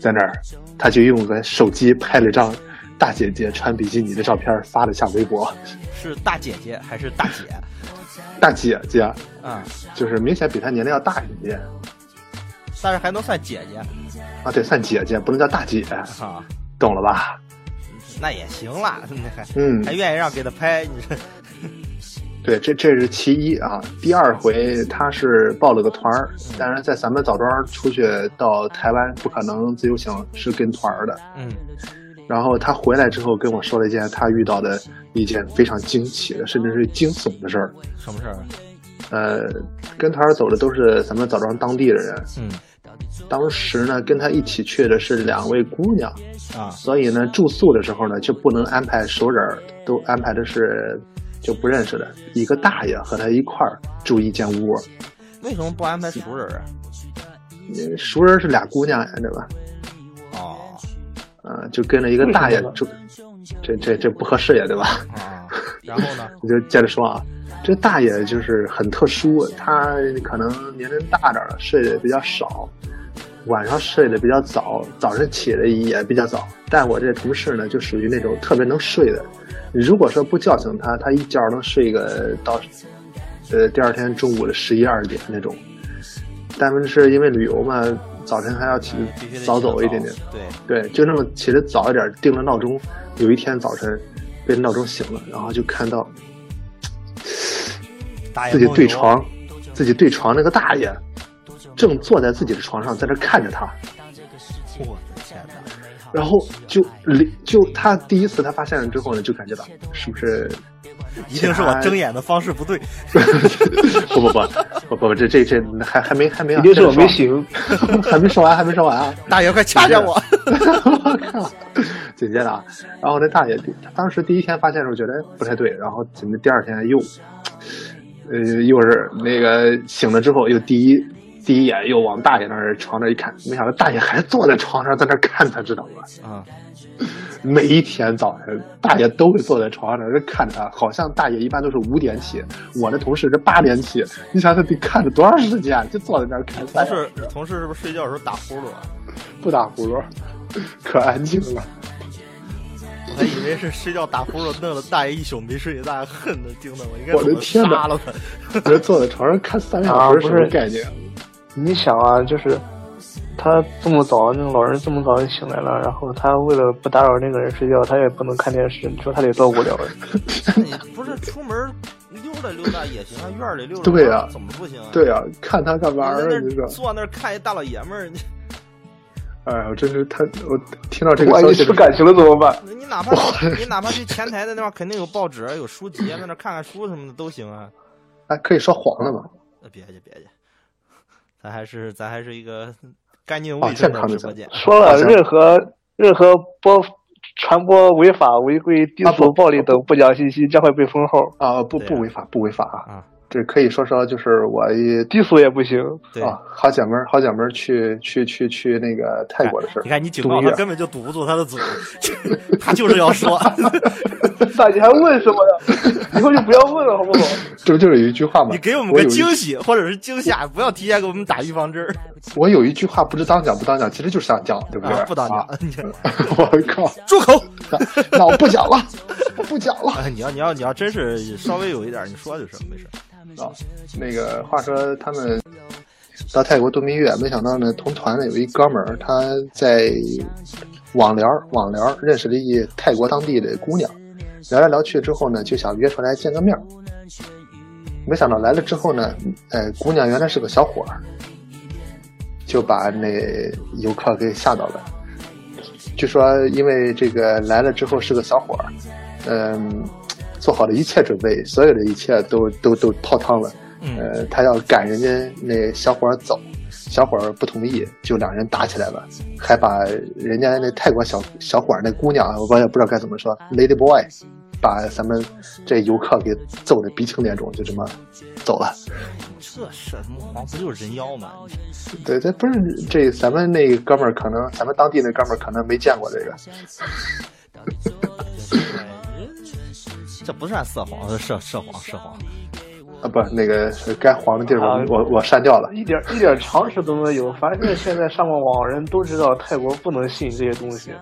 Speaker 3: 在那儿，他就用个手机拍了张大姐姐穿比基尼的照片发了下微博，
Speaker 2: 是大姐姐还是大姐？
Speaker 3: 大姐姐
Speaker 2: 啊、
Speaker 3: 就是明显比他年龄要大一些
Speaker 2: 但是还能算姐姐
Speaker 3: 啊，对，算姐姐，不能叫大姐，
Speaker 2: 啊，
Speaker 3: 懂了吧？
Speaker 2: 那也行啦， 那还
Speaker 3: 嗯
Speaker 2: 还愿意让给他拍，你说
Speaker 3: 对，这这是其一啊。第二回他是报了个团儿，当然在咱们枣庄出去到台湾不可能自由行，是跟团儿的。
Speaker 2: 嗯。
Speaker 3: 然后他回来之后跟我说了一件他遇到的一件非常惊奇的，甚至是惊悚的事儿。
Speaker 2: 什么事儿？啊
Speaker 3: 呃，跟团儿走的都是咱们枣庄当地的人，
Speaker 2: 嗯
Speaker 3: 当时呢跟他一起去的是两位姑娘，
Speaker 2: 啊，
Speaker 3: 所以呢住宿的时候呢就不能安排熟人儿，都安排的是就不认识的一个大爷和他一块儿住一间屋。
Speaker 2: 为什么不安排熟人啊？
Speaker 3: 呃熟人是俩姑娘呀，对吧？
Speaker 2: 哦
Speaker 3: 嗯、就跟着一个大爷
Speaker 4: 为什么呢
Speaker 3: 住，这这这不合适呀，对吧？
Speaker 2: 啊， 然后呢？
Speaker 3: 我就接着说啊，这大爷就是很特殊，他可能年龄大点儿了，睡得也比较少，晚上睡得比较早，早上起得也比较早。但我这同事呢，就属于那种特别能睡的，如果说不叫醒他，他一觉能睡个到，呃，第二天中午的十一二点那种。但是因为旅游嘛，早晨还要起
Speaker 2: 必须得起
Speaker 3: 早
Speaker 2: 得
Speaker 3: 走一点点，
Speaker 2: 对，
Speaker 3: 对，就那么起得早一点，定了闹钟。有一天早晨被闹钟醒了，然后就看到
Speaker 2: 大爷
Speaker 3: 自己
Speaker 2: 梦游
Speaker 4: 哎
Speaker 3: 对床，自己对床那个大爷正坐在自己的床上，在那看着他。
Speaker 2: 我的天哪！
Speaker 3: 然后就离就他第一次他发现了之后呢，就感觉到是不是
Speaker 2: 一定是我睁眼的方式不对，
Speaker 3: 不不不不不这这这还还没还没啊
Speaker 4: 一定是我没
Speaker 3: 接
Speaker 4: 醒，
Speaker 3: 着说啊还没说完还没说完啊！
Speaker 2: 大爷快掐 掐我！
Speaker 3: 我靠！紧接着啊，然后那大爷他当时第一天发现的时候觉得不太对，然后紧接着第二天又，呃，又是那个醒了之后又第一第一眼又往大爷那儿床那儿一看，没想到大爷还坐在床上在那儿看他，知道吗？
Speaker 2: 啊，
Speaker 3: 每一天早晨，大爷都会坐在床上在那看着他，好像大爷一般都是五点起，我的同事是八点起，你想他得看着多长时间，啊就坐在那儿看。
Speaker 2: 同事同事是不是睡觉的时候打呼噜啊？
Speaker 3: 不打呼噜， 可安静了。
Speaker 2: 我还以为是睡觉打呼噜，弄得大爷一宿没睡，大爷恨得盯得我应该
Speaker 3: 我的
Speaker 2: 怎么
Speaker 3: 天哪
Speaker 2: 杀了 他。
Speaker 3: 我觉得坐在床上看三个小时是什么概念？
Speaker 4: 你想啊，就是他这么早，那个老人这么早就醒来了，然后他为了不打扰那个人睡觉，他也不能看电视，你说他得多无聊啊！
Speaker 2: 你不是出门溜达溜达也行啊，院里溜达
Speaker 3: 对呀
Speaker 2: 怎么不行啊？
Speaker 3: 对啊，看他干嘛
Speaker 2: 你在
Speaker 3: 儿啊？你
Speaker 2: 那
Speaker 3: 说
Speaker 2: 儿，坐那儿看一大老爷们儿，你
Speaker 3: 哎呀，我真是他，我听到这个
Speaker 4: 万
Speaker 3: 消
Speaker 4: 一
Speaker 3: 息
Speaker 4: 出
Speaker 3: 的时
Speaker 4: 感情了怎么办？
Speaker 2: 你哪怕你哪怕去前台的地方，肯定有报纸、啊有书籍，在那儿看看书什么的都行啊。
Speaker 3: 候，哎，可以说黄了吗？
Speaker 2: 呃，别介别介，咱还是咱还是一个干净
Speaker 3: 啊
Speaker 2: 卫生
Speaker 3: 健
Speaker 2: 的
Speaker 3: 康的
Speaker 2: 直播
Speaker 3: 健
Speaker 2: 间。
Speaker 4: 说
Speaker 3: 好
Speaker 4: 了，
Speaker 3: 像
Speaker 4: 任何任何播传播违法、违规、低
Speaker 3: 啊不
Speaker 4: 俗、暴力等不良信息将会被封号，
Speaker 3: 啊，不
Speaker 2: 对啊
Speaker 3: 不违法，不违法
Speaker 2: 啊！
Speaker 3: 这可以说说，就是我一
Speaker 4: 低俗也不 行。
Speaker 2: 对，
Speaker 3: 啊，好姐妹儿，好姐妹儿去去去去那个泰国的事儿
Speaker 2: 你。看你警
Speaker 3: 毒
Speaker 2: 告
Speaker 3: 液
Speaker 2: 他根本就堵不住他的嘴， 他就是要说。
Speaker 4: 那你还问什么 呀？以后就不要问了，好不好？
Speaker 3: 这不就是有一句话吗？
Speaker 2: 你给我们
Speaker 3: 我
Speaker 2: 个
Speaker 3: 有一
Speaker 2: 惊喜或者是惊吓，不要提前给我们打预防针儿
Speaker 3: 我有一句话不知当讲不当讲，其实就是想讲，对不 对？
Speaker 2: 啊！不当
Speaker 3: 啊
Speaker 2: 讲，你
Speaker 3: 我靠，
Speaker 2: 住口！
Speaker 3: 那那我不讲了，我不讲了。
Speaker 2: 啊，你要你要你要真是稍微有一点儿，你说就是没事儿。
Speaker 3: 啊，那个话说他们到泰国度蜜月，没想到呢，同团的有一哥们儿，他在网聊儿网聊儿认识了一泰国当地的姑娘，聊来聊去之后呢，就想约出来见个面儿。没想到来了之后呢，呃，姑娘原来是个小伙儿，就把那游客给吓到了。据说因为这个来了之后是个小伙儿，嗯，做好了一切准备，所有的一切都都都泡汤了。
Speaker 2: 嗯，
Speaker 3: 呃，他要赶人家那小伙儿走，小伙儿不同意，就两人打起来了，还把人家那泰国小小伙儿那姑娘啊，我也不知道该怎么说，lady boy，把咱们这游客给揍得鼻青脸肿，就这么走了。
Speaker 2: 这什么黄不就是人妖吗？
Speaker 3: 对，这不是这咱们那哥们儿可能，咱们当地那哥们儿可能没见过这个，
Speaker 2: 这不算涉黄，涉涉黄涉黄。
Speaker 3: 啊，不，那个该黄的地儿我
Speaker 4: 啊
Speaker 3: 我我删掉了。
Speaker 4: 一点一点常识都没有，发现现在上过网人都知道泰国不能信这些东西。
Speaker 3: 啊，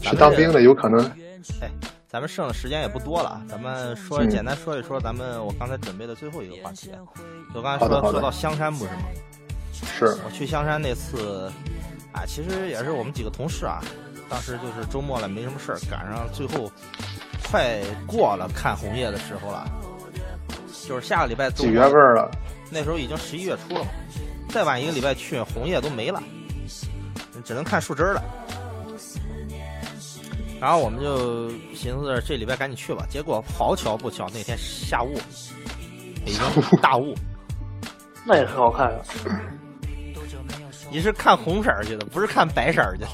Speaker 3: 去当兵的有可能
Speaker 2: 哎，咱们剩的时间也不多了，啊，咱们说
Speaker 3: 嗯
Speaker 2: 简单说一说咱们我刚才准备的最后一个话题。我刚才
Speaker 3: 好的
Speaker 2: 说
Speaker 3: 好的
Speaker 2: 说到香山不是吗？
Speaker 3: 是
Speaker 2: 我去香山那次，啊，其实也是我们几个同事啊，当时就是周末了没什么事儿，赶上最后快过了看红叶的时候了，就是下个礼拜周
Speaker 3: 几月
Speaker 2: 末
Speaker 3: 份儿了？
Speaker 2: 那时候已经十一月初了嘛，再晚一个礼拜去，红叶都没了，只能看树枝儿了。然后我们就寻思着这礼拜赶紧去吧，结果好巧不巧，那天下雾，北京大雾。
Speaker 4: 那也很好看啊！
Speaker 2: 你是看红色儿去的，不是看白色儿去的。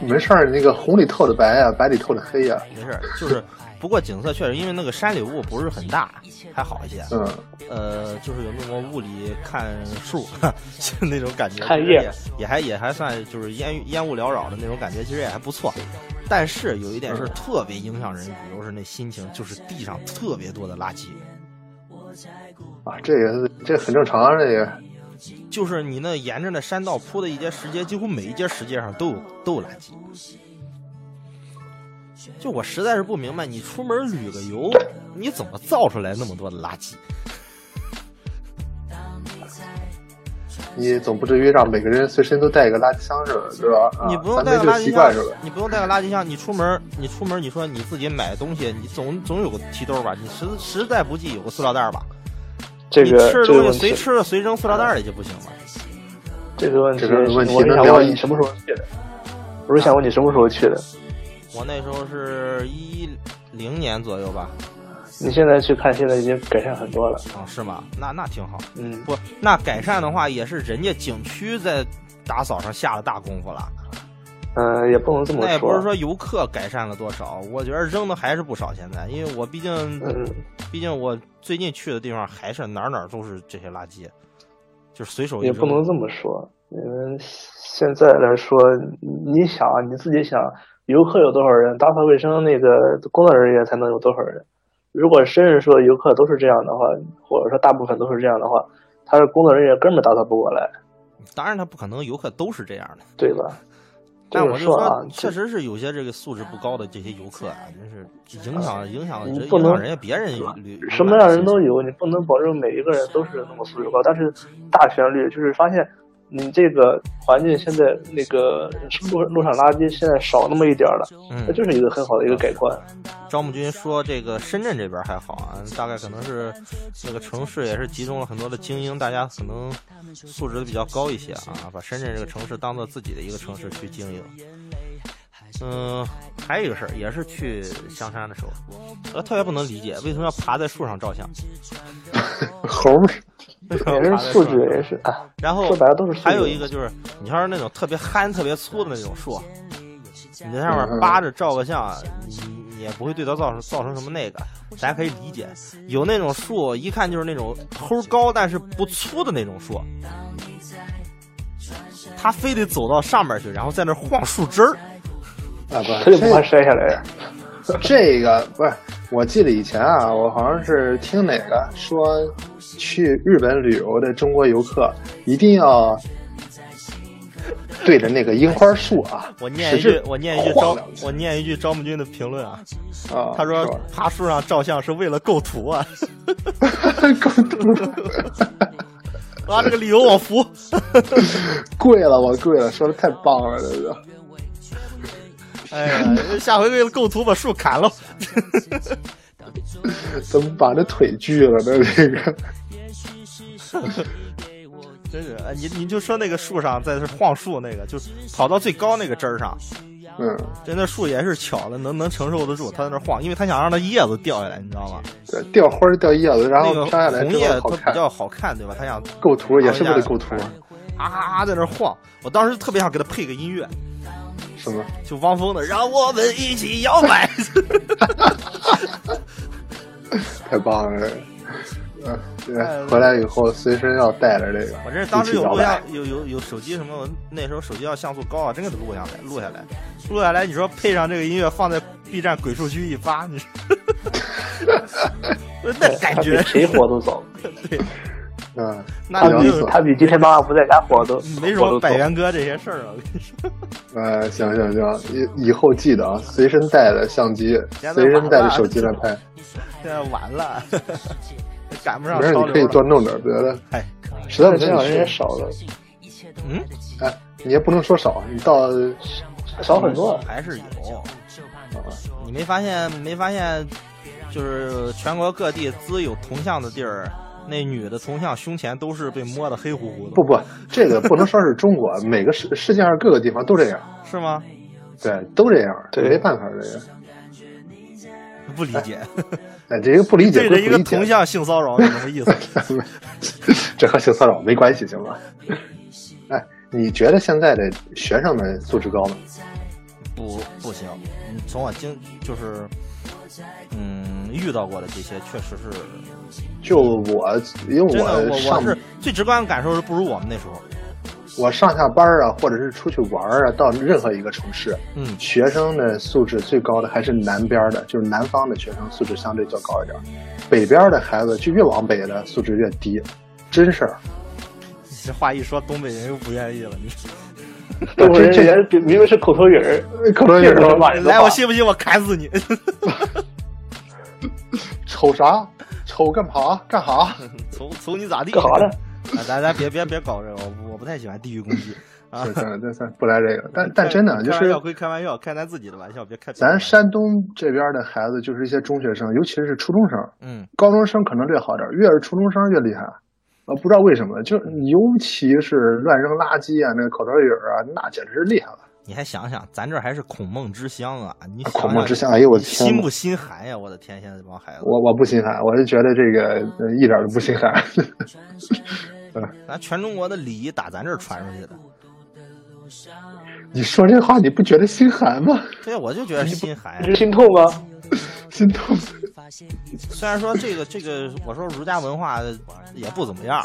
Speaker 3: 没事儿，那个红里透着白呀、白里透着黑啊呀、
Speaker 2: 没事儿，就是不过景色确实，因为那个山里雾不是很大，还好一些。
Speaker 3: 嗯，
Speaker 2: 呃，就是有那么雾里看树， 就那种感觉，
Speaker 4: 看
Speaker 2: 其实
Speaker 4: 叶
Speaker 2: 也也还也还算就是烟烟雾缭绕的那种感觉，其实也还不错。但是有一点是特别影响人，旅游时那心情，就是地上特别多的垃圾，
Speaker 3: 啊，这个这很正常，啊这个
Speaker 2: 就是你那沿着那山道铺的一节石阶，几乎每一节石阶上都有都有垃圾。就我实在是不明白，你出门旅个游，你怎么造出来那么多的垃圾？
Speaker 3: 你总不至于让每个人随身都带一个垃圾箱是吧？对吧？啊
Speaker 2: 你不用
Speaker 3: 咱
Speaker 2: 带
Speaker 3: 们
Speaker 2: 个
Speaker 3: 就
Speaker 2: 垃圾
Speaker 3: 习惯是
Speaker 2: 箱
Speaker 3: 吧？，
Speaker 2: 你不用带个垃圾箱，你出门，你出门，你说你自己买东西，你总总有个提兜吧？你实实在不济有个塑料袋吧？
Speaker 4: 这
Speaker 2: 你
Speaker 4: 个
Speaker 2: 吃的
Speaker 4: 这个
Speaker 2: 东
Speaker 4: 问
Speaker 2: 西随
Speaker 4: 题，
Speaker 2: 吃的随扔塑料袋里就不行了。
Speaker 4: 这个问题，
Speaker 3: 这个问题
Speaker 4: 我是
Speaker 3: 能
Speaker 4: 想
Speaker 3: 聊
Speaker 4: 问
Speaker 3: 一
Speaker 4: 你什么时候去的？我是想问你什么时候去的？
Speaker 2: 我那时候是一零年左右吧？
Speaker 4: 你现在去看，现在已经改善很多了。
Speaker 2: 啊、是吗？那那挺好。
Speaker 4: 嗯，
Speaker 2: 不，那改善的话也是人家景区在打扫上下了大功夫了。
Speaker 4: 呃，也不能这么
Speaker 2: 那也不
Speaker 4: 说
Speaker 2: 是。说游客改善了多少，我觉得扔的还是不少。现在，因为我毕竟
Speaker 4: 嗯，
Speaker 2: 毕竟我最近去的地方还是哪儿哪儿都是这些垃圾，就是随手一
Speaker 4: 也
Speaker 2: 扔。
Speaker 4: 不能这么说，因为现在来说，你想啊你自己想，游客有多少人，打扫卫生那个工作人员才能有多少人？如果真是说游客都是这样的话，或者说大部分都是这样的话，他的工作人员根本打扫不过来，
Speaker 2: 当然，他不可能游客都是这样的。
Speaker 4: 对吧？
Speaker 2: 但我
Speaker 4: 是
Speaker 2: 就
Speaker 4: 说啊
Speaker 2: 说，，确
Speaker 4: 这
Speaker 2: 实是有些这个素质不高的这些游客啊，真是影响影响
Speaker 4: 你
Speaker 2: 人
Speaker 4: 啊不
Speaker 2: 影响
Speaker 4: 能
Speaker 2: 人家别人旅旅
Speaker 4: 什么样的人都有，你不能保证每一个人都是那么素质高。但是大旋律就是发现，你这个环境现在那个路路上垃圾现在少那么一点儿了，
Speaker 2: 嗯
Speaker 4: 那，就是一个很好的一个改观。
Speaker 2: 招募君说，这个深圳这边还好啊，大概可能是那个城市也是集中了很多的精英，大家可能素质比较高一些啊，把深圳这个城市当做自己的一个城市去经营。嗯、还有一个事儿，也是去香山的时候，我特别不能理解为什么要爬在树上照相，
Speaker 3: 猴儿
Speaker 2: 为什么要
Speaker 4: 也
Speaker 2: 爬
Speaker 4: 是
Speaker 2: 在
Speaker 4: 素
Speaker 2: 上
Speaker 4: 质，也
Speaker 2: 照
Speaker 4: 是啊，
Speaker 2: 然后
Speaker 4: 说白了都是素质。
Speaker 2: 还有一个就是，你要是那种特别憨、特别粗的那种树，啊你在上
Speaker 3: 嗯
Speaker 2: 面扒着照个相，啊你也不会对它造成造成什么那个，咱可以理解。有那种树，一看就是那种齁高但是不粗的那种树，他非得走到上面去，然后在那儿晃树枝儿。
Speaker 3: 啊
Speaker 4: 他
Speaker 3: 不，
Speaker 4: 就不怕
Speaker 3: 这
Speaker 4: 摔下来啊 呀。
Speaker 3: 这个不是，我记得以前啊，我好像是听哪个说，去日本旅游的中国游客一定要对着那个樱花树啊，
Speaker 2: 我念一句
Speaker 3: 使劲，
Speaker 2: 我念一句
Speaker 3: 晃
Speaker 2: 招
Speaker 3: 两，下
Speaker 2: 我念一句招募君的评论啊，
Speaker 3: 啊，
Speaker 2: 他说
Speaker 3: 是吧
Speaker 2: 爬树上照相是为了构图啊，
Speaker 3: 够
Speaker 2: 啊这个理由我服。
Speaker 3: 跪了，我跪了，说的太棒了，这个。
Speaker 2: 哎呀，下回为了构图把树砍了。
Speaker 3: 怎么把这腿锯了呢？这个
Speaker 2: 真是，哎你你就说那个树上在这晃树那个，就是跑到最高那个枝儿上，
Speaker 3: 嗯，
Speaker 2: 真的树也是巧了，能能承受得住，它在那晃，因为它想让它叶子掉下来，你知道吗？
Speaker 3: 对，掉花儿掉叶子，然后
Speaker 2: 那个
Speaker 3: 飘下来
Speaker 2: 红
Speaker 3: 之
Speaker 2: 叶
Speaker 3: 后好
Speaker 2: 它
Speaker 3: 看
Speaker 2: 比，较好看，对吧？它想
Speaker 3: 构图也是为了构图，
Speaker 2: 啊啊啊在那晃，我当时特别想给它配个音乐，
Speaker 3: 什么？
Speaker 2: 就汪峰的《让我们一起摇摆》
Speaker 3: 太棒了！嗯，对，回来以后随身要带着这个。
Speaker 2: 哎我这当时有录像，有有有手机什么，我那时候手机要像素高啊，真给它录下来，录下来，录下来。你说配上这个音乐，放在 B 站鬼畜区一发， 你说那感
Speaker 4: 他比
Speaker 3: 哦
Speaker 2: 觉
Speaker 4: 谁火都早，
Speaker 3: 嗯，
Speaker 2: 那
Speaker 4: 他
Speaker 3: 有
Speaker 2: 你
Speaker 3: 意
Speaker 4: 比
Speaker 3: 思
Speaker 2: 就嗯
Speaker 4: 他嗯比今天妈妈不在家火都
Speaker 2: 没什
Speaker 4: 火
Speaker 2: 么
Speaker 4: 都早
Speaker 2: 百。元哥这些事儿了。 我跟你说，
Speaker 3: 呃，行行行，以以后记得啊，随身带着相机，随身带着手机来拍，
Speaker 2: 现在完了， 赶不上
Speaker 3: 没事，
Speaker 2: 潮
Speaker 3: 你可以
Speaker 2: 流
Speaker 3: 多
Speaker 2: 了。
Speaker 3: 弄点别的，
Speaker 2: 哎，
Speaker 3: 实在不
Speaker 4: 这
Speaker 3: 行
Speaker 4: 样人也
Speaker 3: 你去，
Speaker 4: 少了，
Speaker 2: 嗯，
Speaker 3: 哎，你也不能说少，啊你到
Speaker 4: 少很多。啊
Speaker 2: 还是有。你没发现？没发现？就是全国各地只有铜像的地儿，那女的铜像胸前都是被摸的黑乎乎的，
Speaker 3: 不不，这个不能说是 中国，每个世世界上各个地方都这样，
Speaker 2: 是吗？
Speaker 3: 对，都这样，
Speaker 4: 对
Speaker 3: 没办法，这个，
Speaker 2: 不理解，
Speaker 3: 哎，这个不理解
Speaker 2: 对着
Speaker 3: 归不
Speaker 2: 一个
Speaker 3: 理解
Speaker 2: 铜，像性骚扰有什么意思？
Speaker 3: 这和性骚扰没关系，行吗？ 哎，你觉得现在的学生们素质高吗？
Speaker 2: 不不行，嗯从我经就是嗯遇到过的这些，确实是
Speaker 3: 就我，因为
Speaker 2: 真的，我我
Speaker 3: 上
Speaker 2: 是最直观的感受是不如我们那时候。
Speaker 3: 我上下班啊，或者是出去玩啊，到任何一个城市，
Speaker 2: 嗯
Speaker 3: 学生的素质最高的还是南边的，就是南方的学生素质相对较高一点，北边的孩子就越往北的素质越低，真事儿。
Speaker 2: 你这话一说，东北人又不愿意了。你
Speaker 4: 中国人
Speaker 3: 这这
Speaker 4: 原明明是口头语儿，
Speaker 3: 可能有
Speaker 4: 这
Speaker 3: 人
Speaker 4: 种骂人的
Speaker 2: 来，
Speaker 4: 话
Speaker 2: 我信不信我砍死你？
Speaker 3: 瞅啥？瞅干嘛？干哈？
Speaker 2: 瞅瞅你咋地？
Speaker 4: 干啥呢？
Speaker 2: 啊， 咱咱别别别搞这个，我我不太喜欢地域攻击啊
Speaker 3: 这。这这这不来这个， 但但真的啊就
Speaker 2: 开玩
Speaker 3: 是
Speaker 2: 笑归开玩笑，开咱自己的玩笑，别开别人的
Speaker 3: 咱
Speaker 2: 玩笑。
Speaker 3: 山东这边的孩子，就是一些中学生，尤其是初中生，
Speaker 2: 嗯，
Speaker 3: 高中生可能略好点儿，越是初中生越厉害。啊，不知道为什么，就尤其是乱扔垃圾啊，那个口头语儿啊，那简直是厉害了。
Speaker 2: 你还想想，咱这还是孔孟之乡啊！你想想
Speaker 3: 孔孟之乡，哎呦我
Speaker 2: 你
Speaker 3: 的天
Speaker 2: 心
Speaker 3: 呐！
Speaker 2: 不心寒呀？我的天，现在这帮孩子，
Speaker 3: 我我不心寒，我就觉得这个呃一点都不心寒。 呃
Speaker 2: 咱全中国的礼仪打咱这儿传出去的，嗯
Speaker 3: 你说这话你不觉得心寒吗？
Speaker 2: 对，我就觉得心寒
Speaker 4: 你。是心痛吗？
Speaker 3: 心痛。
Speaker 2: 虽然说这个这个，我说儒家文化也不怎么 样，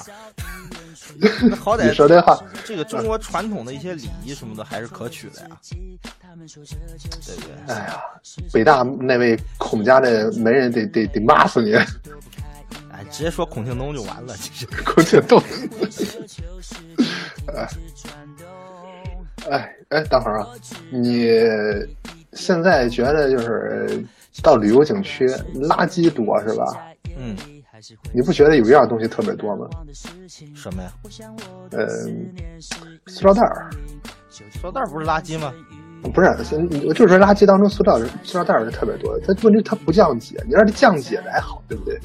Speaker 2: 那好
Speaker 3: 你
Speaker 2: 歹
Speaker 3: 说这话，
Speaker 2: 这个中国传统的一些礼仪什么的还是可取的呀，对不对？
Speaker 3: 哎呀，北大那位孔家的门人得得得骂死你，
Speaker 2: 哎，直接说孔庆东就完了，其实。
Speaker 3: 孔庆东。 哎哎，等会儿啊，你现在觉得就是呃到旅游景区垃圾多是吧？
Speaker 2: 嗯，
Speaker 3: 你不觉得有一样东西特别多吗？
Speaker 2: 什么呀？
Speaker 3: 呃，塑料袋儿，
Speaker 2: 塑料袋不是垃圾吗？
Speaker 3: 不是，是我就是说垃圾当中塑料塑料袋儿是特别多的。它问题它不降解，你让它降解的还好，对不对？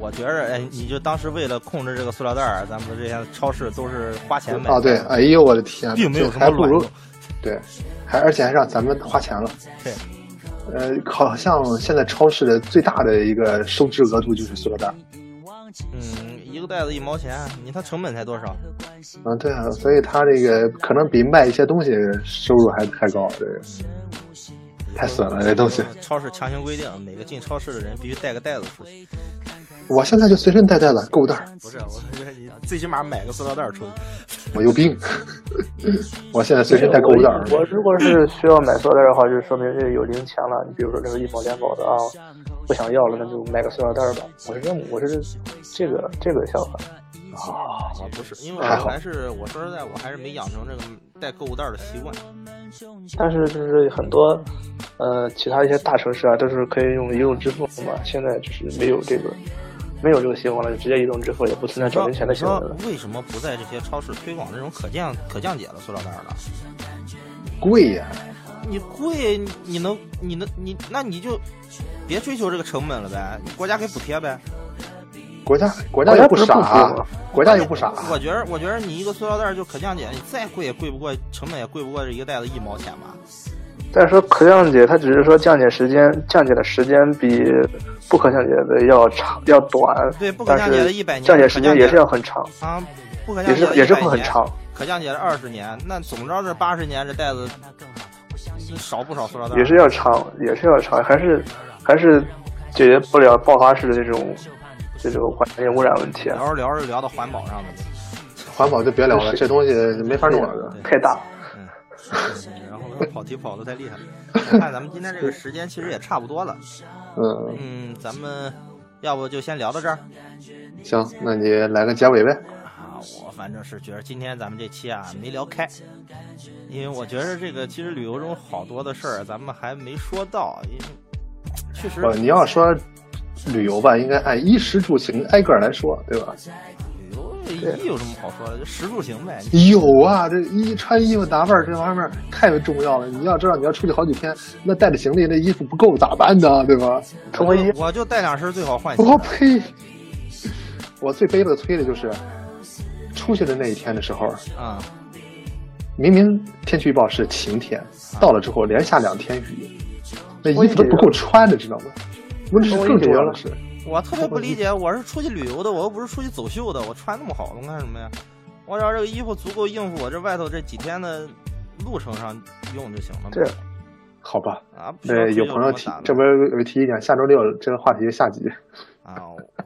Speaker 2: 我觉着，哎，你就当时为了控制这个塑料袋儿，咱们这些超市都是花钱买的
Speaker 3: 啊，对，哎呦我的天呐，
Speaker 2: 并没有
Speaker 3: 这
Speaker 2: 什么
Speaker 3: 还不
Speaker 2: 卵
Speaker 3: 如
Speaker 2: 用。
Speaker 3: 对，还而且还让咱们花钱了。
Speaker 2: 对，
Speaker 3: 呃，好像现在超市的最大的一个收支额度就是塑料袋儿。
Speaker 2: 嗯，一个袋子一毛钱，你它成本才多少？
Speaker 3: 嗯，对啊，所以它这个可能比卖一些东西收入还还高，这个太损了这东西。
Speaker 2: 超市强行规定，每个进超市的人必须带个袋子出去。
Speaker 3: 我现在就随身带带了购物袋儿，
Speaker 2: 不是，我觉得你 最起码买个塑料袋儿出去。
Speaker 3: 我有病。 我现在随身带购物袋儿。
Speaker 4: 我我如果是需要买塑料袋的话，就说明这有零钱了。你比如说这个一毛两毛的啊，不想要了，那就买个塑料袋吧。我是这么，我是这个这个想法。
Speaker 3: 啊，
Speaker 2: 啊，不是，因为
Speaker 3: 还
Speaker 2: 我
Speaker 3: 好
Speaker 2: 还是我说实在，我还是没养成这个带购物袋儿的习惯。
Speaker 4: 但是就是很多，呃，其他一些大城市啊，都是可以用移动支付嘛。现在就是没有这个，没有这个新闻了，就直接移动支付，也不存在找零钱的
Speaker 2: 你
Speaker 4: 新闻
Speaker 2: 说
Speaker 4: 了。
Speaker 2: 为什么不在这些超市推广这种可降可降解的塑料袋儿了？
Speaker 3: 贵呀、
Speaker 2: 你贵，你你能你能你那你就别追求这个成本了呗，你国家给补贴呗。
Speaker 3: 国家国
Speaker 4: 国
Speaker 3: 家
Speaker 4: 家
Speaker 3: 又
Speaker 4: 不是
Speaker 3: 傻
Speaker 4: 不服
Speaker 3: 啊
Speaker 4: 吗，
Speaker 3: 国家又不傻啊。
Speaker 2: 我觉得我觉得你一个塑料袋儿就可降解，你再贵也贵不过成本也贵不过这一个袋子一毛钱吧。
Speaker 4: 但是说可降解，它只是说降解时间，降解的时间比不可降解的要长要短。
Speaker 2: 对不可
Speaker 4: 但
Speaker 2: 降解的
Speaker 4: 是
Speaker 2: 100年
Speaker 4: 降解时间也是要很长，
Speaker 2: 啊，不可降
Speaker 4: 也
Speaker 2: 解
Speaker 4: 是也是会
Speaker 2: 100
Speaker 4: 很
Speaker 2: 年，
Speaker 4: 长。
Speaker 2: 可降解了二十年，那怎么着这八十年这袋子少不少塑料袋儿？
Speaker 4: 也是要长，也是要长，还是还是解决不了爆发式的这种这种环境污染问题啊，
Speaker 2: 聊着聊着聊到环保上了，
Speaker 3: 环保就别聊了，这东西没法弄了。
Speaker 4: 太大。
Speaker 2: 嗯，嗯然后跑题跑的太厉害了。我看咱们今天这个时间其实也差不多了，
Speaker 3: 嗯，
Speaker 2: 嗯，咱们要不就先聊到这儿。
Speaker 3: 行，那你来个结尾呗。
Speaker 2: 啊，我反正是觉得今天咱们这期啊没聊开，因为我觉得这个其实旅游中好多的事儿咱们还没说到，因为确
Speaker 4: 哦
Speaker 2: 实
Speaker 3: 呃，你要说旅游吧，应该按衣食住行挨个儿来说，对吧？
Speaker 2: 旅游一有什么好说的，就食住行呗。
Speaker 3: 有啊，这衣穿衣服打扮儿这方面儿太重要了。你要知道，你要出去好几天，那带着行李，那衣服不够咋办呢？对吧？
Speaker 4: 通过一
Speaker 2: 我就带两身最好换鞋。
Speaker 3: 我呸！我最悲的催的就是出去的那一天的时候，
Speaker 2: 啊、
Speaker 3: 明明天气预报是晴天，到了之后连下两天雨，那衣服都不够穿的，知道吗？问题是更重要的是，
Speaker 2: 我特别不理解，我是出去旅游的，我又不是出去走秀的，我穿那么好，我干什么呀？我只要这个衣服足够应付我这外头这几天的路程上用就行了嘛。
Speaker 4: 对
Speaker 3: 好吧？
Speaker 2: 啊，不需要
Speaker 3: 呃，
Speaker 2: 追
Speaker 3: 有
Speaker 2: 求
Speaker 3: 朋友
Speaker 2: 什么
Speaker 3: 提
Speaker 2: 打，扮
Speaker 3: 这不是有提意见，下周六这个话题下集。
Speaker 2: 啊，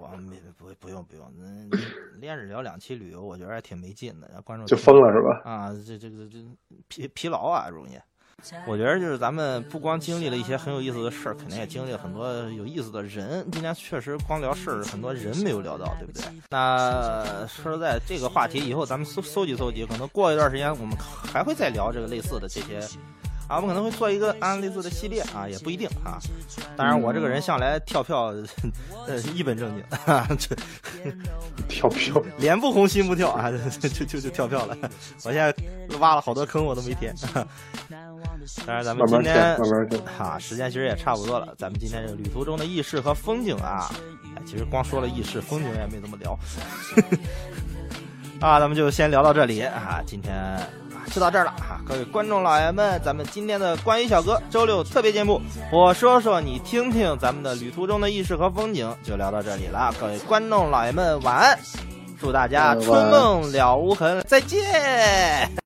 Speaker 2: 我没不不不用不用，嗯， 连着聊两期旅游，我觉得还挺没劲的，让观众
Speaker 3: 就疯了是吧？
Speaker 2: 啊，这这个这疲疲劳啊，容易。我觉得就是咱们不光经历了一些很有意思的事儿，肯定也经历了很多有意思的人。今天确实光聊事儿，很多人没有聊到，对不对？那说实在，这个话题以后咱们搜搜集搜集，可能过一段时间我们还会再聊这个类似的这些。啊，我们可能会做一个按类似的系列啊，也不一定啊。当然，我这个人向来跳票， 呃，一本正经， 哈哈这
Speaker 3: 跳票，
Speaker 2: 脸不红心不跳啊， 就就就跳票了。我现在挖了好多坑，我都没填。 当然，咱们今天哈、啊，时间其实也差不多了。咱们今天这个旅途中的轶事和风景啊，哎，其实光说了轶事，风景也没怎么聊。 啊，咱们就先聊到这里啊，今天。就到这儿了哈、啊，各位观众老爷们，咱们今天的关于小哥周六特别节目，我说说你听听，咱们的旅途中的意识和风景就聊到这里了。各位观众老爷们，晚安，祝大家春梦了无痕，再见。